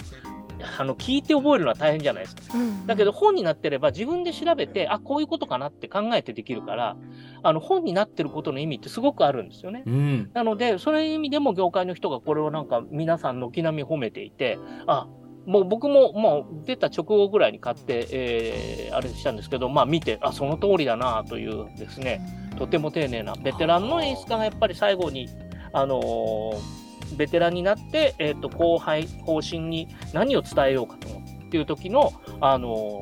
Speaker 4: あの、聞いて覚えるのは大変じゃないです
Speaker 3: う
Speaker 4: か。
Speaker 3: ん
Speaker 4: だけど本になってれば自分で調べてあこういうことかなって考えてできるからあの本になってることの意味ってすごくあるんですよね。
Speaker 2: ーうん
Speaker 4: なのでそういう意味でも業界の人がこれをなんか皆さん軒並み褒めていてあもう僕ももう出た直後ぐらいに買って、えーあれしたんですけど、まあ、見て、あその通りだなというですね、とても丁寧な、ベテランの演出家がやっぱり最後に、あのーベテランになって、えー、と後輩、後進に何を伝えようかと思うっていう時のあの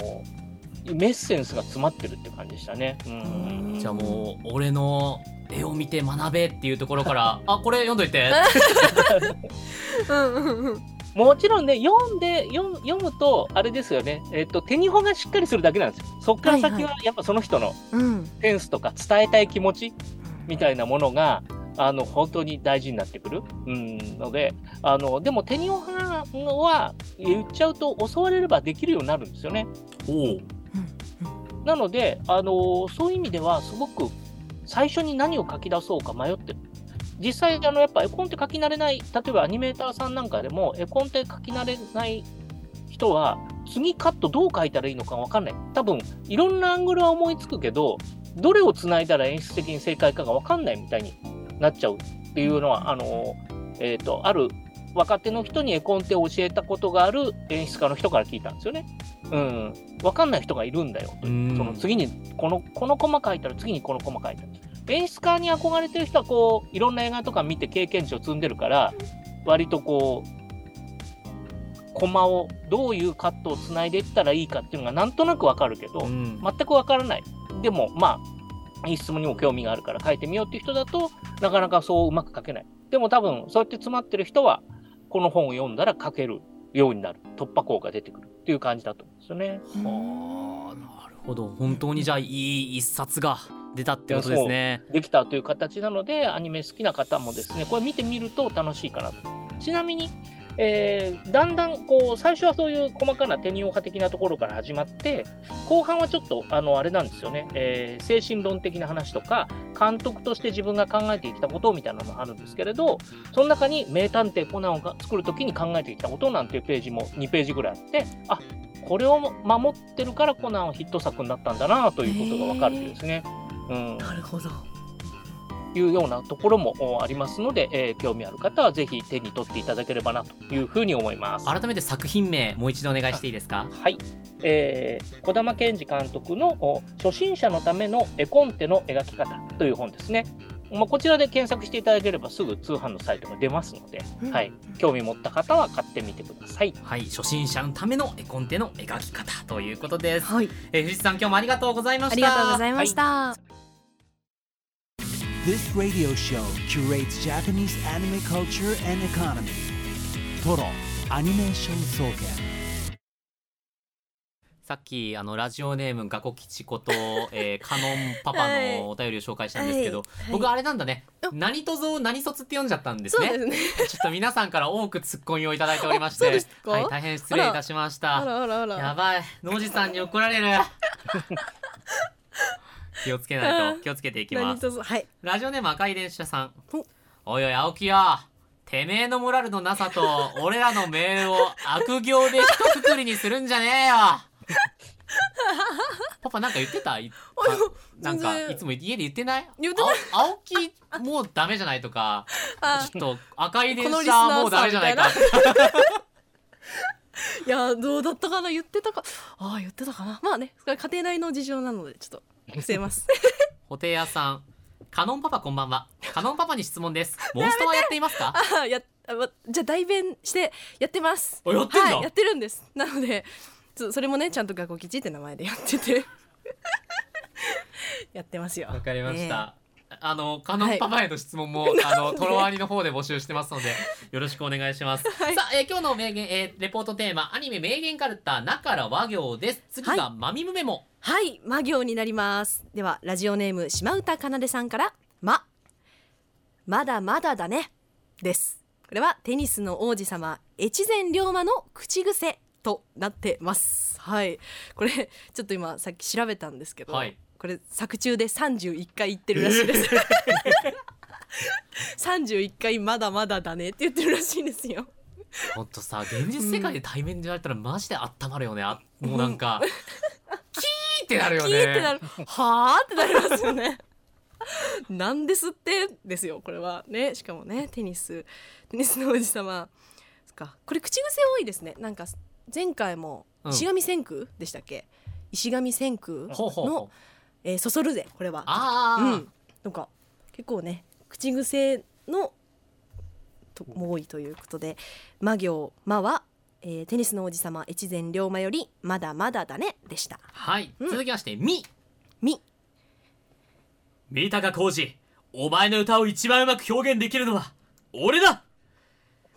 Speaker 4: ーメッセンスが詰まってるって感じでしたね。うん
Speaker 2: じゃあもう俺の絵を見て学べっていうところ からあこれ読んどい て
Speaker 3: うんうんうん
Speaker 4: もちろんね、読んで、読む読むと、あれですよね、えっと、手に法がしっかりするだけなんですよ。そこから先は、やっぱその人の
Speaker 3: うん
Speaker 4: センスとか伝えたい気持ちみたいなものが、あの、本当に大事になってくる。うん、ので、あの、でも手に法は、言っちゃうと、襲われればできるようになるんですよね。
Speaker 2: おう
Speaker 4: なので、あのそういう意味では、すごく最初に何を書き出そうか迷ってる。実際、あのやっぱ絵コンって書き慣れない、例えばアニメーターさんなんかでも、絵コンって書き慣れない人は、次カットどう書いたらいいのか分かんない。多分、いろんなアングルは思いつくけど、どれをつないだら演出的に正解かが分かんないみたいになっちゃうっていうのは、あのえっ、と、ある若手の人に絵コンって教えたことがある演出家の人から聞いたんですよね。うん。分かんない人がいるんだよ。
Speaker 2: うん
Speaker 4: その次にこのこのコマ書いたら次にこのコマ書いたら演出家に憧れてる人はこういろんな映画とか見て経験値を積んでるから割とこうコマをどういうカットをつないでいったらいいかっていうのがなんとなくわかるけど、
Speaker 5: うん
Speaker 4: 全くわからない。でも、まあ、いい質問にも興味があるから書いてみようっていう人だと、なかなかそううまく書けない。でも多分、そうやって詰まってる人は、この本を読んだら書けるようになる。突破口が出てくるっていう感じだと思うんですよね。
Speaker 2: はあなるほど本当にじゃあいい一冊が出たってことですね
Speaker 4: できたという形なので、アニメ好きな方もですね、これ見てみると楽しいかなと。ちなみに、えーだんだんこう最初はそういう細かな手にオ派的なところから始まって後半はちょっとあのあれなんですよね、えー精神論的な話とか監督として自分が考えてきたことみたいなのもあるんですけれどその中に「名探偵コナン」をが作る時に考えてきたことなんていうページも2ページぐらいあってあこれを守ってるからコナンはヒット作になったんだなということが分かるんですね。うん、
Speaker 3: なるほど
Speaker 4: いうようなところもおありますので、えー興味ある方はぜひ手に取っていただければなというふうに思います。
Speaker 2: 改めて作品名もう一度お願いしていいですか
Speaker 4: はい、えー、児玉健二監督のお初心者のための絵コンテの描き方という本ですね。まあ、こちらで検索していただければすぐ通販のサイトが出ますので、
Speaker 3: うん
Speaker 4: はい、興味持った方は買ってみてください。
Speaker 2: はい初心者のための絵コンテの描き方ということです、
Speaker 3: はい
Speaker 2: えー、藤井さん今日もありがとうございました
Speaker 3: ありがとうございました、
Speaker 1: This radio show curates Japanese anime culture and economy. Toro Animation Soken.
Speaker 2: さっきあのラジオネームガコ吉こと、 えー、カノンパパのお便りを紹介したんですけど、
Speaker 3: はいはい
Speaker 2: 僕あれなんだね
Speaker 3: あ
Speaker 2: 何とぞ何卒って読んじゃったんです
Speaker 3: そうで
Speaker 2: ね
Speaker 3: すね
Speaker 2: ちょっと皆さんから多くツッコミをいただいておりまして
Speaker 3: あそうですか
Speaker 2: はい、大変失礼いたしまし
Speaker 3: あ
Speaker 2: た
Speaker 3: らあらあら
Speaker 2: やばい野次さんに怒られ る気をつけないと気をつけていきま
Speaker 3: 何
Speaker 2: す
Speaker 3: 卒はい
Speaker 2: ラジオネーム赤い電車さん
Speaker 3: ほ
Speaker 2: おいおい青木よてめえのモラルのなさ と俺らのメールを悪行で一括りにするんじゃね えよパパなんか言ってたい
Speaker 3: あいや
Speaker 2: なんか
Speaker 3: 全然
Speaker 2: いつも家で言ってない
Speaker 3: 言ってない
Speaker 2: あ青木もうダメじゃないとか
Speaker 3: あ
Speaker 2: ちょっと赤い電
Speaker 3: このリス
Speaker 2: 車
Speaker 3: ナーさん
Speaker 2: もうダメじゃないか
Speaker 3: みいやどうだったかな言ってたかああ言ってたかなまあねそれは家庭内の事情なのでちょっと伏せます
Speaker 2: ホテイヤさんカノンパパこんばんはカノンパパに質問ですモンストはやっていますか
Speaker 3: ああやあわじゃあ代弁してやってます
Speaker 2: あやってんだ
Speaker 3: はい、やってるんですなのでそそれもねちゃんと学校吉って名前でやってて やってますよ
Speaker 2: わかりました。あのカノンパパへの質問 も、あのトロワニの方で募集してますのでよろしくお願いします。
Speaker 3: はい
Speaker 2: さあ、えー今日の名言、えーレポートテーマアニメ名言カルタなから和行です。次が、マミムメモ。
Speaker 3: はい、魔行になります。では、ラジオネーム島唄かなでさんから、ま。まだまだだね。です。これはテニスの王子様、越前龍馬の口癖となってます。はい、これ、ちょっと今、さっき調べたんですけど。
Speaker 2: はい
Speaker 3: これ作中で31回言ってるらし いです、31回まだまだだねって言ってるらしいんですよ
Speaker 2: ほんとさ現実世界で対面でやられたらマジで温まるよね。あもうなんか、キーってなるよね。
Speaker 3: キーってなるはあってなりますよねなんですってですよこれはねしかもねテニステニスの王子様そっかこれ口癖多いですねなんか前回も
Speaker 2: うん
Speaker 3: 石神千空でしたっけ、石神千空
Speaker 2: ほうほうほう
Speaker 3: の、えーそそるぜこれは
Speaker 2: ああ、
Speaker 3: うん、なんか結構ね口癖のとも多いということで「魔行魔は」えーテニスの王子様越前龍馬より「まだまだだね」でした。
Speaker 2: はい、
Speaker 3: うん
Speaker 2: 続きましてみ
Speaker 3: み
Speaker 2: 三鷹浩二お前の歌を一番うまく表現できるのは俺だ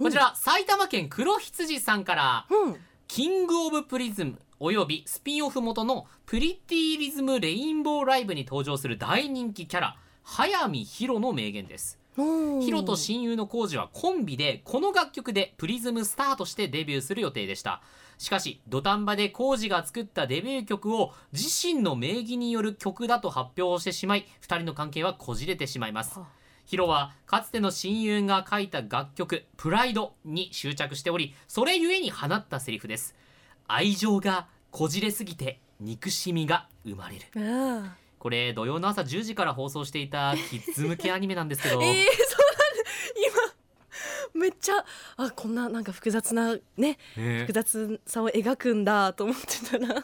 Speaker 2: こちら、埼玉県黒羊さんから
Speaker 3: うん
Speaker 2: キングオブプリズムおよびスピンオフ元のプリティリズムレインボーライブに登場する大人気キャラ早見宏の名言です
Speaker 3: おー
Speaker 2: ヒロと親友のコウジはコンビでこの楽曲でプリズムスターとしてデビューする予定でしたしかし土壇場でコウジが作ったデビュー曲を自身の名義による曲だと発表してしまい2人の関係はこじれてしまいます
Speaker 3: はあ
Speaker 2: ヒロはかつての親友が書いた楽曲「プライドに執着しておりそれゆえに放ったセリフです愛情がこじれすぎて憎しみが生まれる
Speaker 3: あ
Speaker 2: これ土曜の朝10時から放送していたキッズ向けアニメなんですけど、
Speaker 3: ー えー、そうなんだ今めっちゃあこんななんか複雑なね
Speaker 2: ね
Speaker 3: 複雑さを描くんだと思ってたら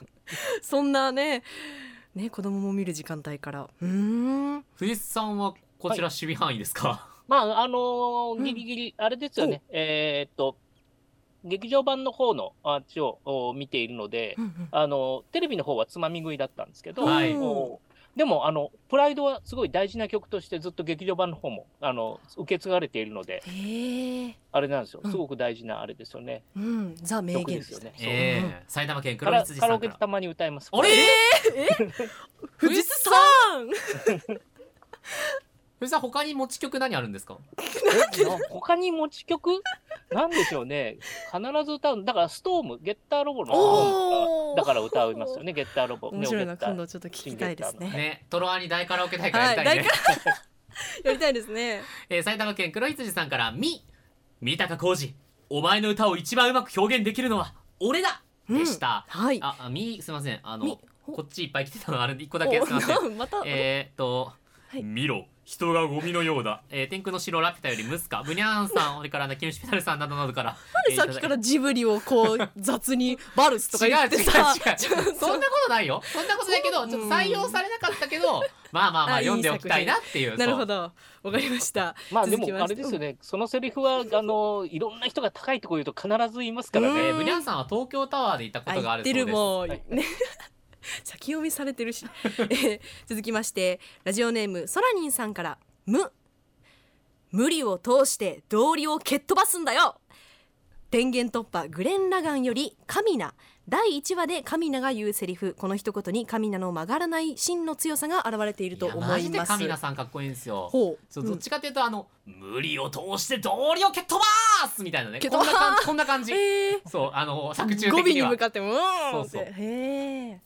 Speaker 3: そんなねね子供も見る時間帯からうーん
Speaker 2: 藤井さんはこちら守備範囲ですか、
Speaker 4: まあ、あの
Speaker 3: うん
Speaker 4: ーギリギリ、あれですよね、えーっと、劇場版の方のアーチをお見ているので、
Speaker 3: うんうん
Speaker 4: あのテレビの方はつまみ食いだったんですけど、
Speaker 2: はい
Speaker 4: おでもあの、プライドはすごい大事な曲として、ずっと劇場版の方もあの受け継がれているので、
Speaker 3: へえ
Speaker 4: あれなんですよ
Speaker 3: う、ん
Speaker 4: すごく大事なあれですよね、
Speaker 3: うんザ名
Speaker 4: 曲
Speaker 3: 言
Speaker 4: で
Speaker 3: ですす
Speaker 4: よね
Speaker 3: ね。
Speaker 2: ええ埼玉県
Speaker 4: カ
Speaker 2: 黒
Speaker 4: ラ
Speaker 2: 羊
Speaker 4: カ
Speaker 2: さ
Speaker 4: ラ
Speaker 2: ん
Speaker 4: オ
Speaker 2: か
Speaker 4: ケで
Speaker 2: ら
Speaker 4: たまに歌います。
Speaker 2: あれ
Speaker 3: 藤津さん
Speaker 2: 藤井さん他に持ち曲何あるんですか
Speaker 4: えな他に持ち曲なんでしょうね、必ず歌う、だからストーム、ゲッターロボのストー
Speaker 3: お
Speaker 4: ム
Speaker 3: ー
Speaker 4: がだから歌いますよね、ゲッターロボ。
Speaker 3: 面白いな
Speaker 4: ネオゲッター
Speaker 3: 今度ちょっと聞きたいですね
Speaker 2: ねトロアニ大カラオケ大会やりたいね、
Speaker 3: はい大カやりたいですね
Speaker 2: えー埼玉県黒羊さんから「み」「三鷹浩二お前の歌を一番うまく表現できるのは俺だ!」でした、
Speaker 3: はい
Speaker 2: ああみすいませんあ
Speaker 3: み
Speaker 2: の
Speaker 3: ほ
Speaker 2: こっちいっぱい来てたのあれ一個だけすいません
Speaker 3: おまた
Speaker 2: えーっと、
Speaker 3: はい
Speaker 2: 見ろ人がゴミのようだ、えー天空の城ラピュタよりムスカブニャーンさん俺からなキムシペタルさんなどなどからえー
Speaker 3: さっきか
Speaker 2: い
Speaker 3: らジブリをこう 雑にバルスとか
Speaker 2: た
Speaker 3: 言
Speaker 2: だ
Speaker 3: っ
Speaker 2: いて
Speaker 3: て
Speaker 2: 違う違
Speaker 3: さ
Speaker 2: う違うそんなことないよそんなことないけどちょっと採用されなかったけどまあまあまあ
Speaker 3: あいい
Speaker 2: 読んでおきたいなっていう
Speaker 3: なるほ
Speaker 2: そう
Speaker 3: どわかりました
Speaker 4: まあで
Speaker 3: 続き
Speaker 4: も
Speaker 3: ま
Speaker 4: あ
Speaker 3: して
Speaker 4: れですよね、そのセリフはあのいろんな人が高いところ言うと必ず言いますから
Speaker 2: え
Speaker 4: ね
Speaker 2: ー、ブニャーンさんは東京タワーで行ったことがあるそうで
Speaker 3: 言っ
Speaker 2: す
Speaker 3: てるもう、
Speaker 4: はい
Speaker 3: ね 先読みされてるし、 えー続きましてラジオネームソラニンさんから「無」「無理を通して道理を蹴っ飛ばすんだよ」天元突破グレン・ラガンより「カミナ」第1話でカミナが言うセリフこの一言にカミナの曲がらない芯の強さが現れていると思います
Speaker 2: やマジで神田さんかっこいいんですよ
Speaker 3: ほう
Speaker 2: そうどっちかっていうと、あの無理を通して道理を蹴っ飛ばすみたいなね
Speaker 3: 蹴っ
Speaker 2: こ
Speaker 3: 飛
Speaker 2: んな感じこんな感じ
Speaker 3: うん えー
Speaker 2: そうあの作中
Speaker 3: 語尾
Speaker 2: 的に
Speaker 3: に
Speaker 2: は
Speaker 3: 向かってもうーんって
Speaker 2: そうそう
Speaker 3: へえ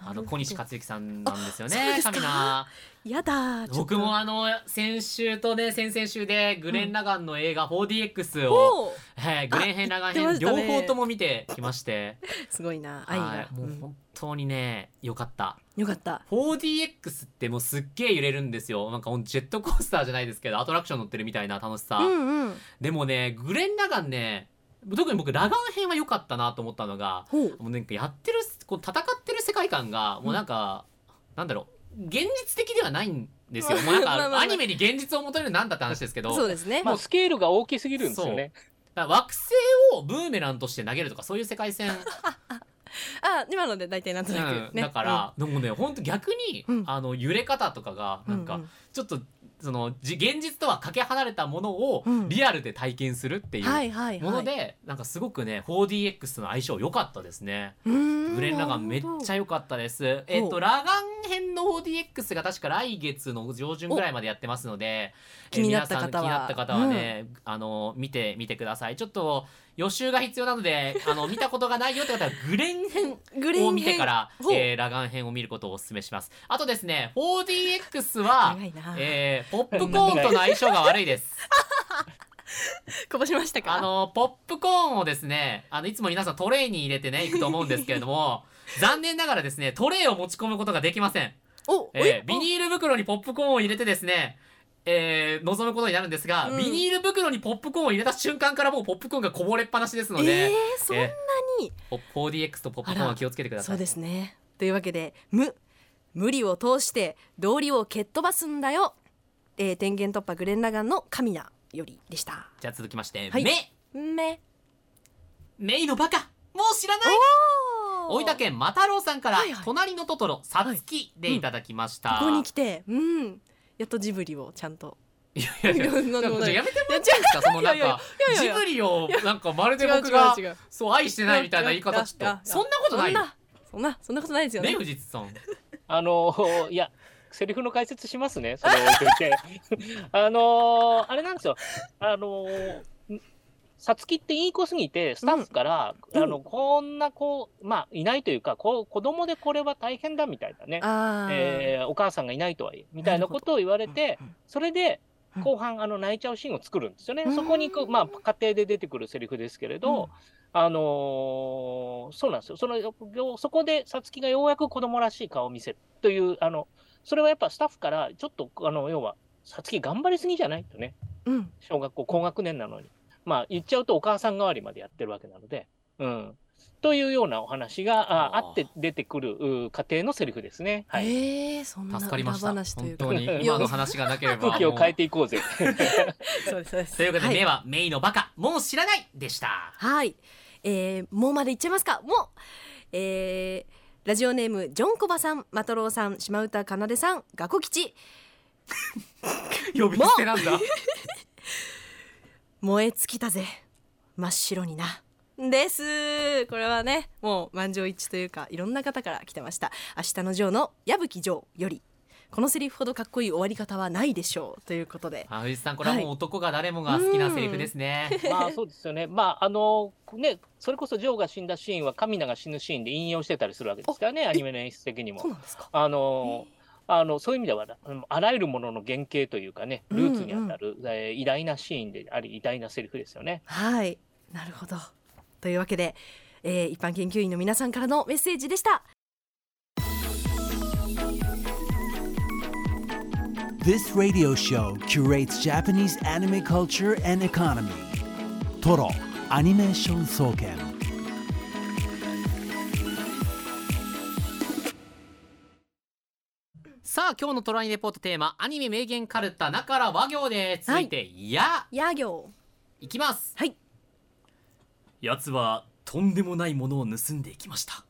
Speaker 2: あの小西克幸さんなんですよ
Speaker 3: あそう
Speaker 2: ね
Speaker 3: ですか
Speaker 2: 神田
Speaker 3: やだちょっと
Speaker 2: 僕もあの先週とね先々週でグレン・ラガンの映画 4DX を、
Speaker 3: ほう
Speaker 2: はいグレン編・ラガン
Speaker 3: 言っ
Speaker 2: 編
Speaker 3: てま
Speaker 2: 両
Speaker 3: したね
Speaker 2: 方とも見てきまして、
Speaker 3: すごいな愛が、
Speaker 2: はい、もう
Speaker 3: うん
Speaker 2: 本当にね良かった
Speaker 3: よかった。
Speaker 2: 4DX ってもうすっげえ揺れるんですよなんかほんとジェットコースターじゃないですけどアトラクション乗ってるみたいな楽しさ、
Speaker 3: うんうん。
Speaker 2: でもねグレン・ラガンね特に僕ラガン編は良かったなと思ったのが
Speaker 3: ほう。
Speaker 2: もうなんかやってるこう戦ってる世界観がもうなんか、なんだろう現実的ではないんです よもうなん
Speaker 3: まあまあま
Speaker 2: か
Speaker 3: あ
Speaker 2: アニメに現実を求めるなんだって話ですけど
Speaker 3: そうですね。
Speaker 4: もうスケールが大きすぎるんですよね。
Speaker 2: だから惑星をブーメランとして投げるとかそういう世界線、
Speaker 3: あ、今ので大体なんとな
Speaker 2: う
Speaker 3: く
Speaker 2: ん、
Speaker 3: ね。
Speaker 2: だから、でもね本当逆に、
Speaker 3: うん
Speaker 2: あの揺れ方とかが
Speaker 3: う、
Speaker 2: なんか、
Speaker 3: う
Speaker 2: ちょっとそのじ現実とはかけ離れたものを
Speaker 3: うん
Speaker 2: リアルで体験するってい
Speaker 3: は
Speaker 2: う
Speaker 3: いはいはい。
Speaker 2: もので、なんかすごくね 4DX との相性良かったですね。
Speaker 3: うーん、
Speaker 2: グレン・ラガンめっちゃ良かったです。えっと、ラガン編の 4DX が確か来月の上旬ぐらいまでやってますので、
Speaker 3: お
Speaker 2: えー
Speaker 3: 気になった方
Speaker 2: 皆さん
Speaker 3: は
Speaker 2: 気になった方はね、あの、見てみてください。ちょっと予習が必要なので、あの、見たことがないよって方はグレン編
Speaker 3: グレン
Speaker 2: を見てから、
Speaker 3: ほう
Speaker 2: えーラガン編を見ることをお勧めします。あとですね、4DX
Speaker 3: 長
Speaker 2: は、
Speaker 3: いな。
Speaker 2: えーポップコーンとの相性が悪い です。
Speaker 3: こぼしましたか。
Speaker 2: あのポップコーンをですねあのいつも皆さんトレイに入れてね行くと思うんですけれど も残念ながらですねトレイを持ち込むことができません、
Speaker 3: お、
Speaker 2: えービ
Speaker 3: ー
Speaker 2: ニール袋にポップコーンを入れてですねえー望むことになるんですが、
Speaker 3: うん
Speaker 2: ビニール袋にポップコーンを入れた瞬間からもうポップコーンがこぼれっぱなしですの
Speaker 3: え
Speaker 2: で、
Speaker 3: ー、そんなに。に
Speaker 2: ポップ 4DX とポップコーンは気をつけてくださ
Speaker 3: そ
Speaker 2: いう
Speaker 3: ですねというわけで「無」無理を通して道理を蹴っ飛ばすんだよ、えー、天元突破グレン・ラガンの「神な」よりでした
Speaker 2: じゃあ続きまして、
Speaker 3: はい
Speaker 2: メ
Speaker 3: め
Speaker 2: メイのバカもう知らない大分県マタロウさんから、
Speaker 3: はいはい
Speaker 2: 隣のトトロさつきでいただきました、
Speaker 3: ここに来てうんやっとジブリをちゃんと
Speaker 2: いやいやいや
Speaker 3: なんでもない
Speaker 2: じゃあやめてもらっていいですかそのなん
Speaker 3: いや
Speaker 2: か
Speaker 3: いやいやい
Speaker 2: ジ
Speaker 3: や
Speaker 2: ブリをなんかまるで僕が
Speaker 3: 違う違う違う
Speaker 2: そう愛してないみたいな言い方ちょ
Speaker 3: いやい
Speaker 2: っ
Speaker 3: や
Speaker 2: とそんなことないよ
Speaker 3: そんなそんなそんなことないですよ
Speaker 2: ね
Speaker 3: ね
Speaker 2: 藤津さん
Speaker 4: あのーいや、セリフの解説します ね、それを置いといて。あのーあれなんですよ、あのーんさつきっていい子すぎて、スタッフから、
Speaker 3: うん
Speaker 4: あのこんな子、まあ、いないというかこう、子供でこれは大変だみたいなね、
Speaker 3: あー
Speaker 4: えーお母さんがいないとはいえ、みたいなことを言われて、それで
Speaker 3: うん
Speaker 4: 後半、あの泣いちゃうシーンを作るんですよね。
Speaker 3: うん
Speaker 4: そこにこう、まあ、家庭で出てくるセリフですけれど、あのーそうなんですよ。そのよよそこでさつきがようやく子供らしい顔を見せるという、あのそれはやっぱスタッフから、ちょっとあの要は、さつき頑張りすぎじゃないとね、
Speaker 3: うん
Speaker 4: 小学校高学年なのに。まあ、言っちゃうとお母さん代わりまでやってるわけなので。うんというようなお話があ
Speaker 2: あー
Speaker 4: あって出てくるう家庭のセリフですね。はい、
Speaker 3: えー、そんな
Speaker 2: 助かりま
Speaker 3: 裏
Speaker 2: した
Speaker 3: 話と
Speaker 2: 本
Speaker 3: いうか
Speaker 2: 当に
Speaker 3: いや
Speaker 2: 今の話がなければ
Speaker 4: 空気を変えていこうぜ。
Speaker 3: そうですそうです
Speaker 2: ということで、
Speaker 3: はい
Speaker 2: 目はメイのバカもう知らないでした
Speaker 3: はい、えー、もうまでいっちゃいますかもう、えー、ラジオネームジョンコバさんマトローさん島唄かなでさんガコ吉
Speaker 2: 呼び捨てなんだ
Speaker 3: 燃え尽きたぜ真っ白になですこれはねもう満場一致というかいろんな方から来てました明日のジョーの矢吹ジョーよりこのセリフほどかっこいい終わり方はないでしょうということで
Speaker 2: あ藤津さんこれはもう男が誰もが好きなセリフですね、
Speaker 4: まあそうですよね。まああのね、それこそジョーが死んだシーンはカミナが死ぬシーンで引用してたりするわけですからね、アニメの演出的に
Speaker 3: そう
Speaker 4: も。
Speaker 3: なんですか
Speaker 4: あのあのそういう意味ではあのあらゆるものの原型というかね、ルーツにあたる、えー偉大なシーンであり偉大なセリフですよね。
Speaker 3: はいなるほどというわけで、えー一般研究員の皆さんからのメッセージでした
Speaker 1: This radio show curates Japanese anime culture and economy. Toro, Animation Soken.
Speaker 2: さあ今日のトライレポートテーマアニメ名言カルタなから和行です続いて、い、や
Speaker 3: や行
Speaker 2: いきます
Speaker 3: はい
Speaker 2: 奴はとんでもないものを盗んでいきました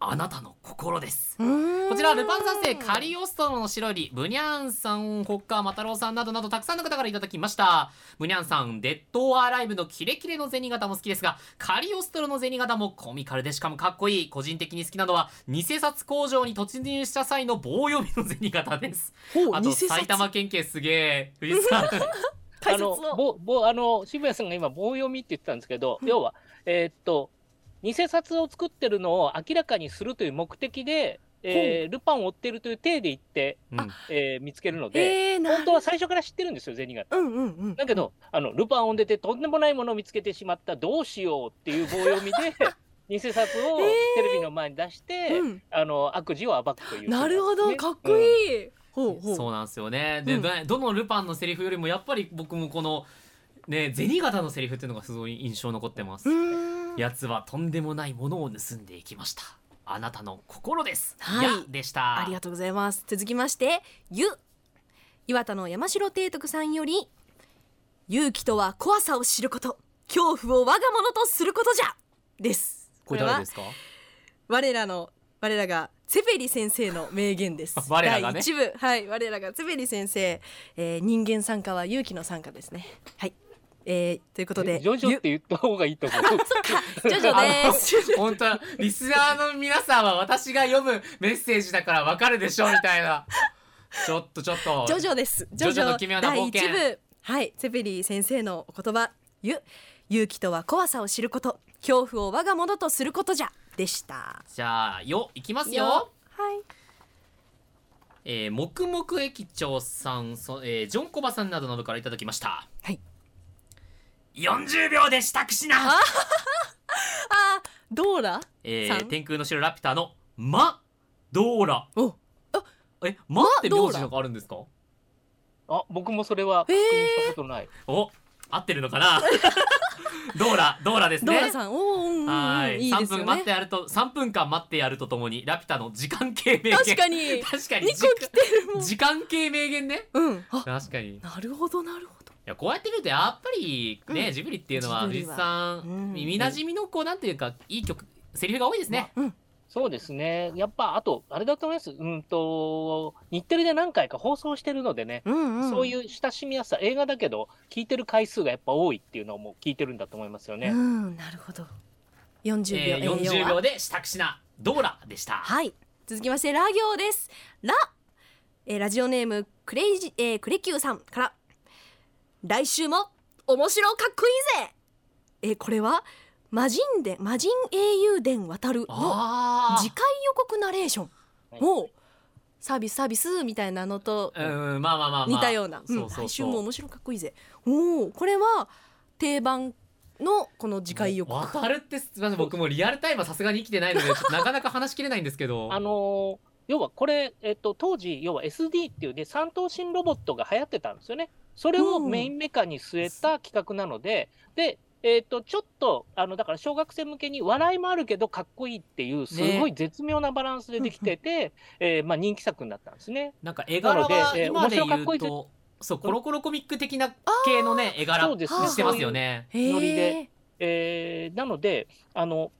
Speaker 2: あなたの心ですこ
Speaker 3: こ
Speaker 2: ちらルパン三世カリオストロの城よりブニャンさんほかマタロウさんなどなどたくさんの方からいただきましたブニャンさんデッドオアライブのキレキレの銭形も好きですがカリオストロの銭形もコミカルでしかもかっこいい個人的に好きなのは偽札工場に突入した際の棒読みの銭形ですあと埼玉県警すげえ藤井さん
Speaker 3: 解説
Speaker 4: あの
Speaker 3: を
Speaker 4: ぼぼあの渋谷さんが今棒読みって言ってたんですけど、要はえーっと偽札を作ってるのを明らかにするという目的で、えールパンを追ってるという体で言って、
Speaker 2: うん
Speaker 4: えー見つけるので。
Speaker 3: えー、な
Speaker 4: 本当は最初から知ってるんですよ、銭形。
Speaker 3: うんうんうん
Speaker 4: だけど、あのルパンを出てとんでもないものを見つけてしまった、どうしようっていう棒 読みで、偽札をテレビの前に出して、
Speaker 3: うん
Speaker 4: あの悪事を暴くという、
Speaker 3: なるほど、かっこ
Speaker 4: い。
Speaker 3: いい。 ほうほう。
Speaker 2: そうなんですよねで、
Speaker 3: うん
Speaker 2: どどのルパンのセリフよりもやっぱり僕もこのね銭形のセリフっていうのがすごい印象残ってます、
Speaker 3: うーん。
Speaker 2: 奴はとんでもないものを盗んでいきましたあなたの心です、
Speaker 3: はい
Speaker 2: やでした
Speaker 3: ありがとうございます。続きまして、ゆ。岩田の山城提督さんより。勇気とは怖さを知ること、恐怖を我が物とすることじゃ。です。
Speaker 2: これ誰ですか
Speaker 3: 我らの我らがセペリ先生の名言です
Speaker 2: 我らがね
Speaker 3: 第一部はい我らがセペリ先生、えー、人間参加は勇気の参加ですねはい、えー、ということで
Speaker 4: ジョジョって言った方がい いと思う。
Speaker 3: ゆジョジョです
Speaker 2: あの本当はリスナーの皆さんは私が読むメッセージだからわかるでしょみたいなちょっとちょっと
Speaker 3: ジョジョです。
Speaker 2: ジョジョの奇妙な冒険
Speaker 3: 第一部。はい、セペリー先生のお言葉、ゆ、勇気とは怖さを知ること、恐怖を我が物とすることじゃ、でした。
Speaker 2: じゃあよいきますよ
Speaker 3: よ
Speaker 2: えー、黙々駅長さんそ、えージョンコバさんなどなどからいただきました
Speaker 3: はい
Speaker 2: 40秒で支度しな、
Speaker 3: あー、ドーラ。
Speaker 2: え
Speaker 3: さ
Speaker 2: ー、
Speaker 3: ん
Speaker 2: 天空の城ラピュタの「マ・ドーラ
Speaker 3: お、」
Speaker 2: え「マ」って
Speaker 3: マド
Speaker 2: 名
Speaker 3: ーラ
Speaker 2: 字なんかあるんですか
Speaker 4: あ、僕もそれは
Speaker 3: え
Speaker 4: 確認したことない。
Speaker 2: お合ってるのか なドーラドーラです
Speaker 3: ド
Speaker 2: ね
Speaker 3: ーラさん、おーうんうんうん、
Speaker 2: はい
Speaker 3: いい
Speaker 2: 3
Speaker 3: です
Speaker 2: 分
Speaker 3: よ
Speaker 2: 待って
Speaker 3: ね。
Speaker 2: やると3分間待ってやるとともにラピュタの時間系名言
Speaker 3: 確かに、
Speaker 2: 確かに
Speaker 3: 二個来てるもん。
Speaker 2: 時間系名言ね
Speaker 3: うん、あ、
Speaker 2: 確かにい
Speaker 3: なるほど、なるほど。
Speaker 2: やこうやって見るとやっぱりね、
Speaker 3: うん
Speaker 2: ジブリっていうのは藤
Speaker 3: ジブ
Speaker 2: 井
Speaker 3: リは
Speaker 2: さん、
Speaker 3: うん
Speaker 2: 耳なじみのこうなんていうかいい曲セリフが多いですね、
Speaker 4: そうですね。やっぱ、あと、あれだと思います。うんと、日テレで何回か放送してるのでね、
Speaker 3: うん、うん、
Speaker 4: そういうう親しみやすさ、映画だけど、聞いてる回数がやっぱ多いっていうのをもう聞いてるんだと思いますよね。
Speaker 3: うん、なるほど。四十秒、
Speaker 2: えー
Speaker 3: 栄養は
Speaker 2: 40秒で下しなドーラでした
Speaker 3: はい。続きまして、ラ行です。ラ、えーラジオネーム、クレイジ、えークレキューさんから。来週も、面白かっこいいぜえーこれは、魔人伝、魔人英雄伝渡るの
Speaker 2: あ
Speaker 3: 次回予告ナレーション。
Speaker 4: はい
Speaker 3: もう、サービスサービスみたいなのと、
Speaker 2: あうんまあまあまあ、まあ、
Speaker 3: 似たような、うん
Speaker 2: そうそう
Speaker 3: 来週
Speaker 2: そう
Speaker 3: も面白かっこいいぜおおこれは定番のこの次回予告
Speaker 2: 渡るってすみません僕もうリアルタイムはさすがに生きてないのでちょっとなかなか話しきれないんですけど
Speaker 4: あのー要はこれ、えっと、当時、要は SD っていうね、三頭身ロボットが流行ってたんですよね。それをメインメカに据えた企画なので、で、えっと、ちょっと、あの、だから小学生向けに笑いもあるけどかっこいいっていう、すごい絶妙なバランスでできてて、えーまあ人気作になったんですね。
Speaker 2: なんか絵柄
Speaker 4: なの
Speaker 2: は
Speaker 4: でえー
Speaker 2: 今で言
Speaker 4: 面白
Speaker 2: う
Speaker 4: かっこいい
Speaker 2: とそうコロコロコミック的な系のね絵柄
Speaker 4: そうですね
Speaker 2: してますよね
Speaker 3: へー
Speaker 4: ノリでえーなので、あの、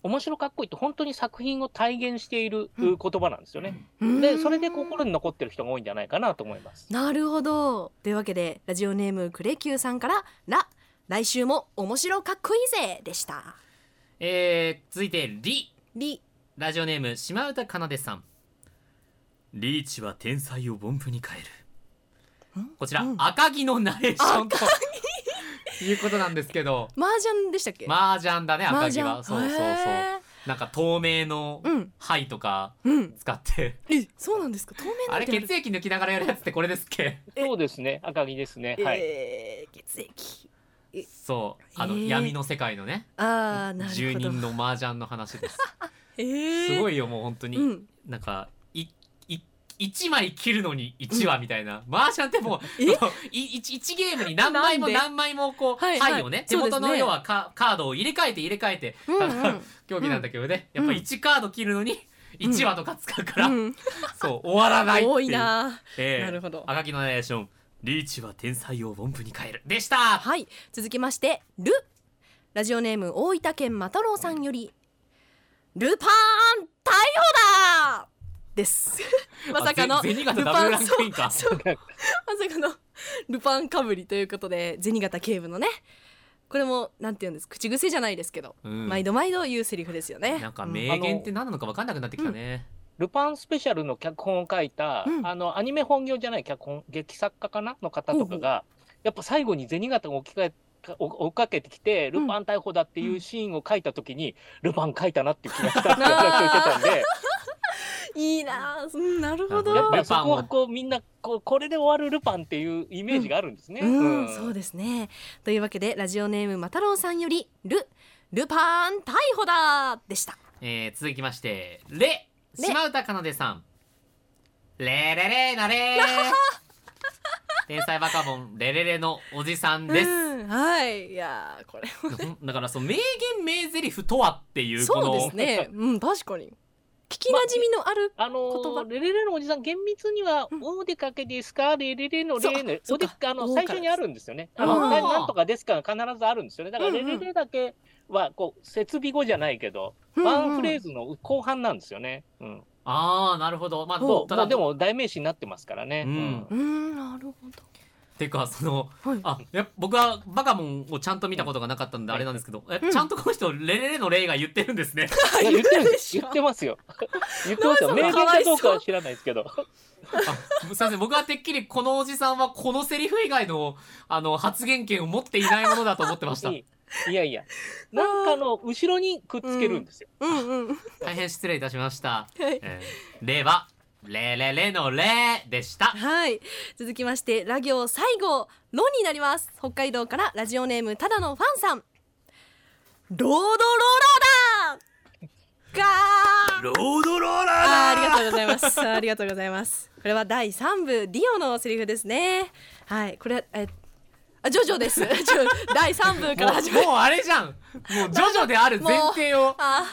Speaker 4: 面白かっこいいって本当に作品を体現している
Speaker 3: うん
Speaker 4: 言葉なんですよね。
Speaker 3: うーん
Speaker 4: で、それで心に残ってる人が多いんじゃないかなと思います。
Speaker 3: なるほどというわけでラジオネームクレキューさんからラ来週も面白かっこいいぜでした
Speaker 2: えー続いてリ
Speaker 3: リ
Speaker 2: ラジオネーム島唄かなでさんリーチは天才を凡夫に変える
Speaker 3: ん
Speaker 2: こちら、
Speaker 3: うん
Speaker 2: 赤城のナレーションということなんですけど
Speaker 3: 麻雀でしたっけ
Speaker 2: 麻雀だね赤城は
Speaker 3: 麻
Speaker 2: そうそうそう
Speaker 3: へ
Speaker 2: なんか透明の
Speaker 3: ーうん
Speaker 2: 灰とか
Speaker 3: うん
Speaker 2: 使って、
Speaker 3: えそうなんですか透明
Speaker 2: あ
Speaker 3: なん
Speaker 2: れ
Speaker 3: てある
Speaker 2: 血液抜きながらやるやつってこれですっけ
Speaker 3: え
Speaker 4: そうですね、赤木ですね。はい。
Speaker 3: えー血液
Speaker 2: そうあの、
Speaker 3: えー
Speaker 2: 闇の世界のね
Speaker 3: ああなる
Speaker 2: 住
Speaker 3: ほど
Speaker 2: 人の麻雀の話です
Speaker 3: えー
Speaker 2: すごいよもう本当に、
Speaker 3: うん
Speaker 2: なんかいい1枚切るのに1話みたいな、麻雀ってもう
Speaker 3: え
Speaker 2: そのい 1, 枚もに何枚も
Speaker 3: なんで
Speaker 2: 何枚もこう
Speaker 3: はい
Speaker 2: 牌、
Speaker 3: はい
Speaker 2: をね手
Speaker 3: そうで
Speaker 2: 元
Speaker 3: すね
Speaker 2: の要はカカードを入れ替えて入れ替えて、
Speaker 3: うんう
Speaker 2: あの
Speaker 3: ん
Speaker 2: 競技なんだけどね、
Speaker 3: うん
Speaker 2: やっぱ1カード切るのに
Speaker 3: ん
Speaker 2: 1話とか使うから、
Speaker 3: うん
Speaker 2: そう終わらないっていう
Speaker 3: 多いな
Speaker 2: ええ
Speaker 3: なるほど
Speaker 2: 赤木のナレーション「リーチは天才を音符に変える」でした、
Speaker 3: はい続きましてルラジオネーム大分県マタロウさんよりルパン逮捕だです まさかの
Speaker 2: あぜ銭形
Speaker 3: ル
Speaker 2: ダブ
Speaker 3: パ
Speaker 2: ル
Speaker 3: ン
Speaker 2: ラン
Speaker 3: そう
Speaker 2: クインか
Speaker 3: そうまさかのルパンかぶりということで銭形警部のねこれもなんて言うんです口癖じゃないですけど、
Speaker 2: うん
Speaker 3: 毎度毎度言うセリフですよね
Speaker 2: なんか
Speaker 3: う
Speaker 2: 名言って何なのか分かんなくなってきたね、
Speaker 4: ルパンスペシャルの脚本を書いた、
Speaker 3: うん
Speaker 4: あのアニメ本業じゃない脚本劇作家かなの方とかが、やっぱ最後に銭形が置き換えかお追っかけてきて、ルパン逮捕だっていうシーンを書いたときに、ルパン書いたなっていう気がした って話をしてたんで、
Speaker 3: いいなあうんなるほど
Speaker 2: な
Speaker 4: や
Speaker 2: る
Speaker 4: っ
Speaker 2: ほ
Speaker 4: ぱ
Speaker 2: ど
Speaker 4: りそこはこうみんなこう、これで終わるルパンっていうイメージがあるんですね。
Speaker 3: うん、そう
Speaker 4: で
Speaker 3: ですねというわけでラジオネームマタロウさんよりルルパン逮捕だでした
Speaker 2: えー続きまして「レ」
Speaker 3: レ
Speaker 2: 島唄かなでさん「レレレな れ」天才バカボンレレレのおじさんです、
Speaker 3: うん、はいいやーこれ
Speaker 2: だからそう名言名台詞とはっていうこ
Speaker 3: そう
Speaker 2: の
Speaker 3: で すねうん確かに聞きなじみのある、
Speaker 4: あの
Speaker 3: 言葉
Speaker 4: ー、レレレのおじさん、厳密には、
Speaker 3: うん
Speaker 4: お出かけですか、レレレの
Speaker 3: そう
Speaker 4: レの、
Speaker 3: そ
Speaker 4: お
Speaker 3: う
Speaker 4: で
Speaker 3: か
Speaker 4: か、あの、
Speaker 3: お
Speaker 4: 最
Speaker 3: から
Speaker 4: 初にあるんですよね。
Speaker 3: うん
Speaker 4: あの、
Speaker 2: あ
Speaker 4: な
Speaker 2: ー
Speaker 4: なんとかですかが必ずあるんですよね。だから、
Speaker 3: うんう
Speaker 4: レ
Speaker 3: ん
Speaker 4: レレだけは、こう、設備語じゃないけど、
Speaker 3: うん
Speaker 4: ワンフレーズの後半なんですよね。うん。
Speaker 2: ああなるほどまあ
Speaker 4: もう、
Speaker 2: た
Speaker 4: も
Speaker 2: だ
Speaker 4: うでも、代名詞になってますからね。
Speaker 2: うん
Speaker 3: うんなるほ
Speaker 2: てかその
Speaker 3: ど、はい、
Speaker 2: あやっぱ僕はバカモンをちゃんと見たことがなかったんで
Speaker 4: うん
Speaker 2: あれなんですけど、え
Speaker 3: うん
Speaker 2: ちゃんとこの人レレレのレが言ってるんです ね
Speaker 4: いや言ってるんで
Speaker 3: でし
Speaker 4: す
Speaker 3: ょ
Speaker 4: 言ってますよ。 言ってますよ。名言かどうかは知らないですけど。
Speaker 2: あすいません僕はてっきりこのおじさんはこのセリフ以外のあの発言権を持っていないものだと思ってました
Speaker 4: いいいやいや。なんかの後ろにくっつけるんですよ。
Speaker 3: うんうんは
Speaker 2: 大変失礼いたしました、
Speaker 3: い、
Speaker 2: えー、レはレレレのレでした
Speaker 3: はい、続きましてラ行最後ロになります北海道からラジオネームただのファンさんロードローラーだガー
Speaker 2: ロードローラ
Speaker 3: あーありがとうございます。 ありがとうございます。これは第三部ディオのセリフですね。はい、これえあジョジョです。ジョ第三部から始ま
Speaker 2: もう
Speaker 3: る。
Speaker 2: もうあれじゃんもうジョジョである前提 を
Speaker 3: あ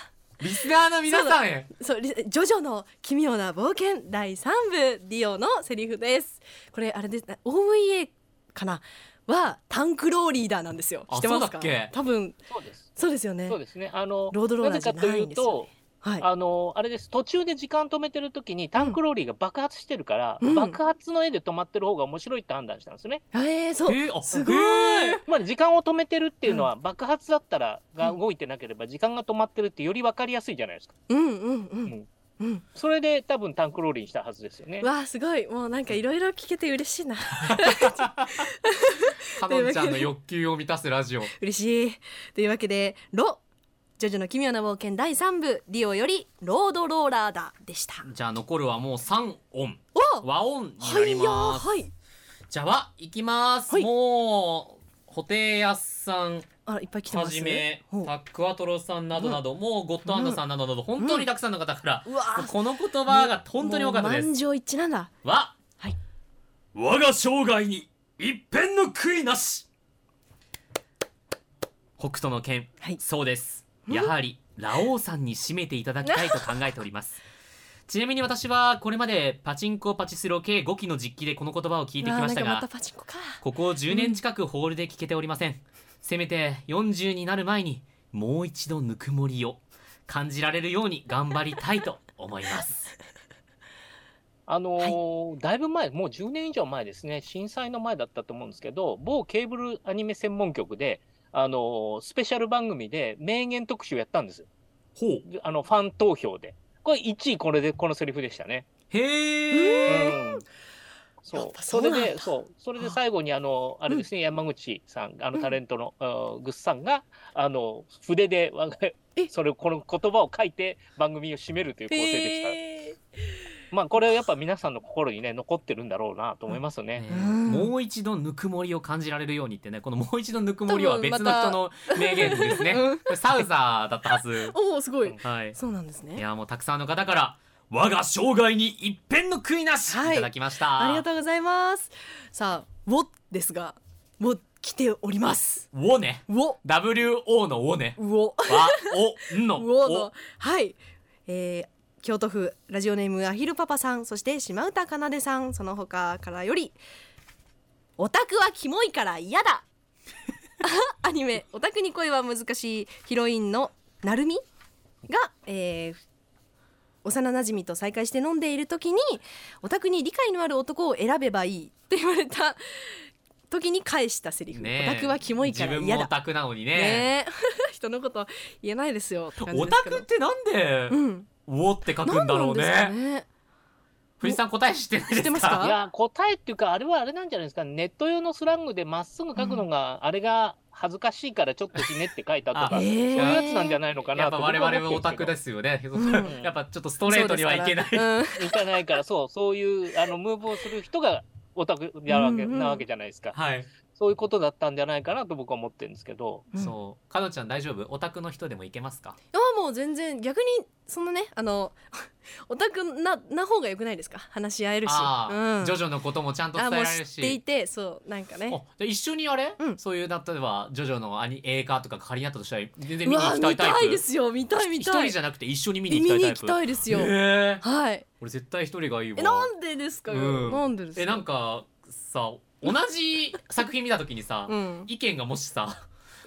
Speaker 2: リスナーの皆さんへ
Speaker 3: ー、そうリジョジョの奇妙な冒険第三部ディオのセリフです。これあれですね。OVA かなはタンクローリーダーなんですよ。
Speaker 2: あ
Speaker 3: 知ってます
Speaker 2: そうだ
Speaker 3: か
Speaker 2: っけ？
Speaker 3: 多分
Speaker 4: そうです。
Speaker 3: そうですよね
Speaker 4: そう。ですね。あの、
Speaker 3: ロードローラー
Speaker 4: な
Speaker 3: じゃ
Speaker 4: ぜか
Speaker 3: な
Speaker 4: とい
Speaker 3: いん
Speaker 4: う
Speaker 3: ですよ
Speaker 4: と、
Speaker 3: はい。
Speaker 4: あの、あれです。途中で時間止めてる時にタンクローリーが爆発してるから、
Speaker 3: うん
Speaker 4: 爆発の絵で止まってる方が面白いって判断したんですよね。
Speaker 3: えー、そう。
Speaker 2: えあ
Speaker 3: すごい
Speaker 2: えー
Speaker 4: つまり時間を止めてるっていうのは、爆発だったらが動いてなければ時間が止まってるってより分かりやすいじゃないですか。
Speaker 3: うんうんうん
Speaker 4: ん。
Speaker 3: うん。
Speaker 4: それで多分タンクローリーにしたはずですよね。
Speaker 3: わあすごいもうなんかいろいろ聞けて嬉しいな
Speaker 2: かのんちゃんの欲求を満たすラジオ
Speaker 3: 嬉しいというわけで「ロ」「ジョジョの奇妙な冒険」第3部「リオ」より「ロードローラーだ」でした
Speaker 2: じゃあ残るはもう3音
Speaker 3: お
Speaker 2: 和音に
Speaker 3: は
Speaker 2: なり
Speaker 3: いや
Speaker 2: ま
Speaker 3: ー
Speaker 2: す、
Speaker 3: はい
Speaker 2: じゃあ和いきます、
Speaker 3: はい
Speaker 2: もう布袋屋さん
Speaker 3: あらいっぱい来て
Speaker 2: は
Speaker 3: ます
Speaker 2: じめ
Speaker 3: ほう
Speaker 2: タックワトロさんなどなど、もうゴッドアンドさんなどなど本当にたくさんの方から、
Speaker 3: うんうわー
Speaker 2: もうこの言葉が本当に多かったで
Speaker 3: もう
Speaker 2: す、
Speaker 3: 満場一致なんだ
Speaker 2: は、
Speaker 3: はい
Speaker 2: 我が生涯に一片の悔いなし北斗の剣、
Speaker 3: はい
Speaker 2: そうですやはりラオウさんに締めていただきた いと考えておりますちなみに私はこれまでパチンコパチスロ計5期の実機でこの言葉を聞いてき
Speaker 3: わあ
Speaker 2: ました
Speaker 3: なん
Speaker 2: が
Speaker 3: かまたパチンコか
Speaker 2: ここ10年近くホールで聞けておりません、せめて40になる前にもう一度ぬくもりを感じられるように頑張りたいと思い ます
Speaker 4: あのーだいぶ前、もう10年以上前ですね、震災の前だったと思うんですけど、某ケーブルアニメ専門局で、あのースペシャル番組で名言特集やったんですよ。
Speaker 2: ほう
Speaker 4: であの、ファン投票で。これ1位これで、このセリフでしたね。
Speaker 2: へえ
Speaker 4: うん
Speaker 3: やっ
Speaker 4: そう
Speaker 3: ぱそ
Speaker 4: そう
Speaker 3: な
Speaker 4: れ
Speaker 3: んだ
Speaker 4: で、そう、それで最後に、あの、あれですね、山口さん、あの、タレントの、うんぐっさんが、あの、筆で、わが
Speaker 3: え
Speaker 4: それ、この言葉を書いて、番組を締めるという構成でした。
Speaker 3: え
Speaker 4: まあ、これはやっぱ皆さんの心にね、残ってるんだろうなと思いますね。
Speaker 2: ね
Speaker 3: うん
Speaker 2: もう一度ぬくもりを感じられるようにってねこのもう一度ぬくもりは別の人の名言ですね、
Speaker 3: 多分またうん
Speaker 2: これサウザーだったはず
Speaker 3: ー、おおすごい、
Speaker 4: うん
Speaker 2: はい
Speaker 3: そうなんです
Speaker 2: い
Speaker 3: ね
Speaker 2: やもうたくさんの方から我が生涯に一片の悔いなし、、
Speaker 3: はいい
Speaker 2: ただきました
Speaker 3: ありがとうございますさあ「を」ですが「を」来ております
Speaker 2: うおね
Speaker 3: 「を」
Speaker 2: WO のおね
Speaker 3: 「を」
Speaker 2: わお んの
Speaker 3: うおのはい、えー京都府ラジオネームアヒルパパさんそして島唄かなでさんその他からより「オタクはキモいから嫌だ」 アニメ「オタクに恋は難しい」ヒロインのなるみが、えー幼なじみと再会して飲んでいる時にオタクに理解のある男を選べばいいって言われた時に返したセリフ、
Speaker 2: ねえ
Speaker 3: オタクはキモいから
Speaker 2: 自分
Speaker 3: 嫌
Speaker 2: もオ
Speaker 3: だ
Speaker 2: タクなのにね
Speaker 3: ねえ 人のこと言えないですよって感じ
Speaker 2: オ
Speaker 3: です
Speaker 2: タ
Speaker 3: けど
Speaker 2: クってなんで
Speaker 3: うん、
Speaker 2: おって書くんだろうね
Speaker 3: なんなんですかね。
Speaker 2: 藤井さん答え知ってないです
Speaker 3: 知って
Speaker 2: か
Speaker 3: ますか
Speaker 4: いや、答えっていうか、あれはあれなんじゃないですか、ネット用のスラングでまっすぐ書くのが、あれが恥ずかしいからちょっとひねって書いたとか、
Speaker 2: あ
Speaker 4: そういうやつなんじゃないのか
Speaker 2: や
Speaker 4: な
Speaker 2: っぱ
Speaker 4: と。
Speaker 2: 我々はオタクですすよね、
Speaker 3: ん
Speaker 2: やっぱちょっとストレートにはいけない
Speaker 3: そうですからうん
Speaker 4: いかないから、そう、そういうあのムーブをする人がオタクなわけ,、
Speaker 3: うんうん
Speaker 4: なわけじゃないですか。
Speaker 2: はい、
Speaker 4: そういうことだったんじゃないかなと僕は思ってるんですけど、
Speaker 3: うん
Speaker 2: そうかのちゃん大丈夫オタクの人でもいけますか
Speaker 3: あもう全然逆にそのねあの オタクなな方が良くないですか話し合えるし。
Speaker 2: ああ、
Speaker 3: うん
Speaker 2: ジョジョのこともちゃんと伝
Speaker 3: あ
Speaker 2: え
Speaker 3: も
Speaker 2: ら
Speaker 3: う
Speaker 2: れる
Speaker 3: 知ってい
Speaker 2: して
Speaker 3: そうなんか
Speaker 2: あじゃ
Speaker 3: ね。
Speaker 2: あ一緒にあれ、
Speaker 3: うん
Speaker 2: そういう例えばジョジョのアニ映画とか仮になったとしたら全然
Speaker 3: う
Speaker 2: 見に行
Speaker 3: わ
Speaker 2: きた
Speaker 3: 見
Speaker 2: いタイ
Speaker 3: た
Speaker 2: プ
Speaker 3: いですよ見たい見
Speaker 2: 一
Speaker 3: たい。
Speaker 2: 人じゃなくて一緒に見
Speaker 3: 見
Speaker 2: に行
Speaker 3: に
Speaker 2: きたいタ
Speaker 3: 行
Speaker 2: イ
Speaker 3: き
Speaker 2: プ
Speaker 3: たいですよ。
Speaker 2: えー
Speaker 3: はい。
Speaker 2: 俺絶対一人がいいわ
Speaker 3: えなんでですかよ。
Speaker 2: うん
Speaker 3: なんでですか。
Speaker 2: えなんかさ同じ作品見た時に さ、
Speaker 3: うん。
Speaker 2: 意見がもしさ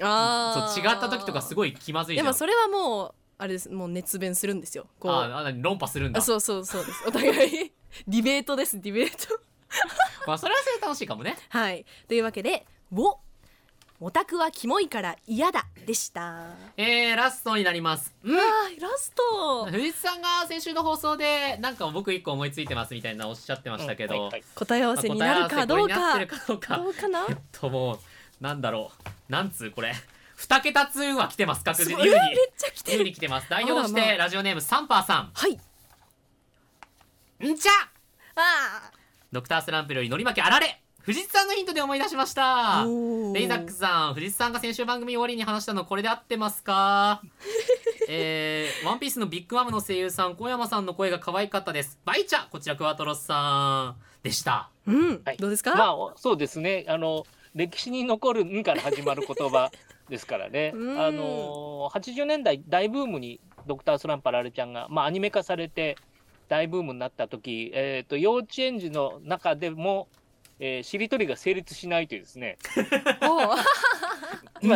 Speaker 3: ああ。
Speaker 2: そう違った時とかすごい気まずいじ
Speaker 3: で
Speaker 2: ゃん
Speaker 3: もそれはもうあれですもう熱弁するんですよ。こう
Speaker 2: あ
Speaker 3: あ
Speaker 2: あ何論破するんだ
Speaker 3: そうそうそうですお互い ディベートですディベート。
Speaker 2: まあそれはそれで楽しいかもね
Speaker 3: はい、というわけで「を」「オタクはキモいから嫌だ」でした。
Speaker 2: えー、ラストになります
Speaker 3: うわーラス ト
Speaker 2: 藤井さんが先週の放送でなんか僕一個思いついてますみたいなおっしゃってましたけど、
Speaker 4: うんはいはい
Speaker 3: 答え合わせになるかどう
Speaker 2: まあ答え合わせこれになってる
Speaker 3: か
Speaker 2: かどうか
Speaker 3: どうかな
Speaker 2: えっともうなんだろうなんつうこれ二桁通は来てます確
Speaker 3: す
Speaker 2: 実
Speaker 3: ご
Speaker 2: に
Speaker 3: い
Speaker 2: 優
Speaker 3: うわめ
Speaker 2: に
Speaker 3: っちゃ来て
Speaker 2: 優
Speaker 3: る
Speaker 2: に来てます代表し
Speaker 3: あらま
Speaker 2: て
Speaker 3: あ
Speaker 2: ラジオネームサンパーさ
Speaker 3: はい
Speaker 2: んんちゃ
Speaker 3: あ
Speaker 2: ドクタースランプよりのり巻きあられ藤井さんのヒントで思い出しました
Speaker 3: おー
Speaker 2: レイザックさん藤井さんが先週番組終わりに話したのこれで合ってますかえー、ワンピースのビッグマムの声優さん小山さんの声が可愛かったですバイチャこちらクワトロスさんでした
Speaker 3: うん、
Speaker 4: はい
Speaker 3: どうですか、
Speaker 4: まあ、おそうですね、あの、歴史に残る「ん」から始まる 言葉ですからね
Speaker 3: うん
Speaker 4: あの80年代大ブームに「ドクタースランプあられちゃんが」まあ、アニメ化されて大ブームになった時、えー、と幼稚園児の中でも、えーしりとりが成立しないというで すね
Speaker 3: おう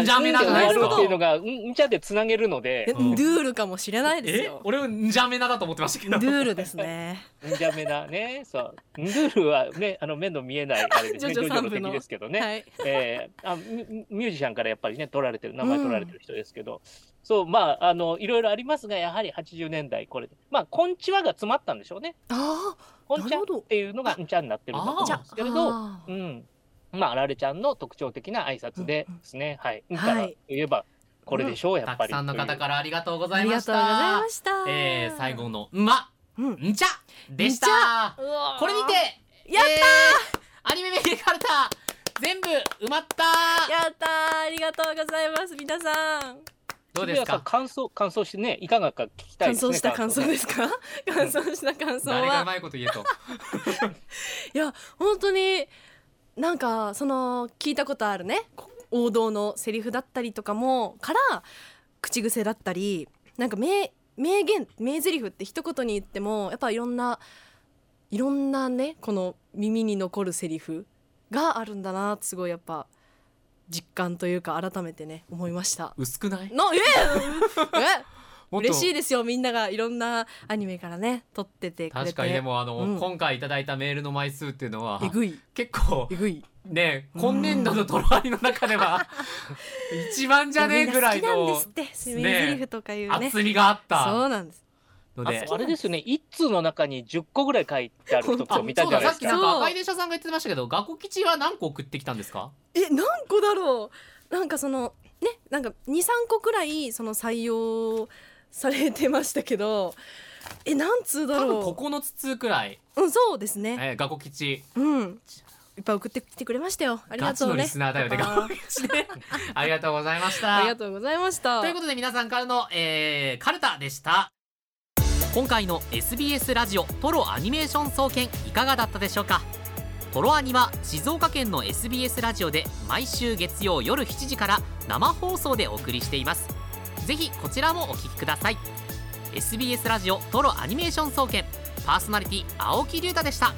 Speaker 2: んじゃめなん
Speaker 3: じゃないですか
Speaker 4: うんっていうのがうんうんちゃでつなげるので
Speaker 3: えド
Speaker 2: うん
Speaker 3: ゥールかもしれないです
Speaker 2: え
Speaker 3: よ。
Speaker 2: 俺はんじゃめなだと思ってましたけど
Speaker 3: ドゥールですね。
Speaker 4: うんじゃめなねそうルールは、ね、あの目の見 えないあれですね
Speaker 3: ジョジ
Speaker 4: ジ
Speaker 3: ョ
Speaker 4: ョジョ
Speaker 3: 三部の
Speaker 4: の敵ですけどね。
Speaker 3: はい。
Speaker 4: えーあミミュージシャンからやっぱりね取られてる名前取られてる人ですけど、そうまああのいろいろありますがやはり80年代これでまあ「こんちは」が詰まったんでしょうね
Speaker 3: あ
Speaker 4: 「こんち
Speaker 3: な
Speaker 4: ゃ
Speaker 3: るほ
Speaker 4: ん」
Speaker 3: ど
Speaker 4: っていうのが「んちゃん」になってるんだと
Speaker 3: あ、
Speaker 4: 思
Speaker 3: じ
Speaker 4: う
Speaker 3: ゃ
Speaker 4: ん
Speaker 3: あ
Speaker 4: ですけれど、
Speaker 3: あ
Speaker 4: う
Speaker 3: ー
Speaker 4: ん、まああられちゃんの特徴的な挨拶でですね、はい「ん」から
Speaker 3: はい
Speaker 4: といえばこれでしょう、や
Speaker 2: た
Speaker 4: っぱ
Speaker 2: く
Speaker 4: り
Speaker 2: さんの
Speaker 4: とい
Speaker 2: 方
Speaker 4: う
Speaker 2: からありがとうござ
Speaker 3: あ
Speaker 2: い
Speaker 3: り
Speaker 2: ま
Speaker 3: が
Speaker 2: し
Speaker 3: とうござい
Speaker 2: た
Speaker 3: ました。
Speaker 2: えー、最後。の「ま」
Speaker 3: うん。
Speaker 2: んちゃでした
Speaker 3: んち
Speaker 2: これにて
Speaker 3: やったー
Speaker 2: えーアニメ名言カルタ全部埋まった
Speaker 3: やったーありがとうございます皆さん
Speaker 2: どうです
Speaker 4: 渋谷さん
Speaker 2: か
Speaker 4: 感想感想してねいかがか聞きたい
Speaker 3: 感
Speaker 4: ですね
Speaker 3: 想した感想
Speaker 4: ね
Speaker 3: ですか感想した感想
Speaker 2: 誰がう
Speaker 3: は
Speaker 2: まいこと言えと
Speaker 3: いや本当になんかその聞いたことあるねこ王道のセリフだったりとかもから口癖だったりなんか名名言名台詞って一言に言ってもやっぱいろんないろんなねこの耳に残るセリフがあるんだなってすごいやっぱ実感というか改めてね思いました。
Speaker 2: 薄く ない
Speaker 3: の えええ
Speaker 2: もっと
Speaker 3: 嬉しいですよみんながいろんなアニメからね撮っててくれて
Speaker 2: 確かにでもあの、
Speaker 3: うん
Speaker 2: 今回いただいたメールの枚数っていうのは
Speaker 3: えぐい
Speaker 2: 結構
Speaker 3: えぐい
Speaker 2: ね
Speaker 3: うん
Speaker 2: 今年度のトロワリの中で は一番じゃねえぐらい
Speaker 3: みんな好きなんで
Speaker 2: の
Speaker 3: すってスメイゼリフとかいうね
Speaker 2: 厚みがあった
Speaker 3: そうなんです
Speaker 2: ので
Speaker 4: あれですよね一通の中に10個ぐらい書いてある人
Speaker 2: あ
Speaker 4: を見た
Speaker 2: そ
Speaker 4: ん
Speaker 2: うださ
Speaker 4: じゃないで
Speaker 2: っ
Speaker 4: す
Speaker 2: き
Speaker 4: か
Speaker 2: なん
Speaker 3: そ
Speaker 2: か
Speaker 3: う
Speaker 2: 赤い電車さんが言ってましたけど学校吉は何個送ってきたんですか
Speaker 3: え何個だろうなんかそのねなんか23個くらいその採用されてましたけどえ何通だ
Speaker 2: 多分
Speaker 3: ろう
Speaker 2: 9つくらい、
Speaker 3: うんそうですね
Speaker 2: えー、学校吉
Speaker 3: うんいっぱい送ってきてくれましたよありが
Speaker 2: ガチ
Speaker 3: とう
Speaker 2: の
Speaker 3: ね
Speaker 2: リスナーだよね
Speaker 3: パパ
Speaker 2: 学校吉ね ありがとうございました
Speaker 3: ありがとうございました
Speaker 2: ということで皆さんからの、えー、カルタでした今回の SBS ラジオトロアニメーション総研いかがだったでしょうかトロアニは静岡県の SBS ラジオで毎週月曜夜7時から生放送でお送りしていますぜひこちらもお聞きください SBS ラジオトロアニメーション総研パーソナリティ青木龍太でした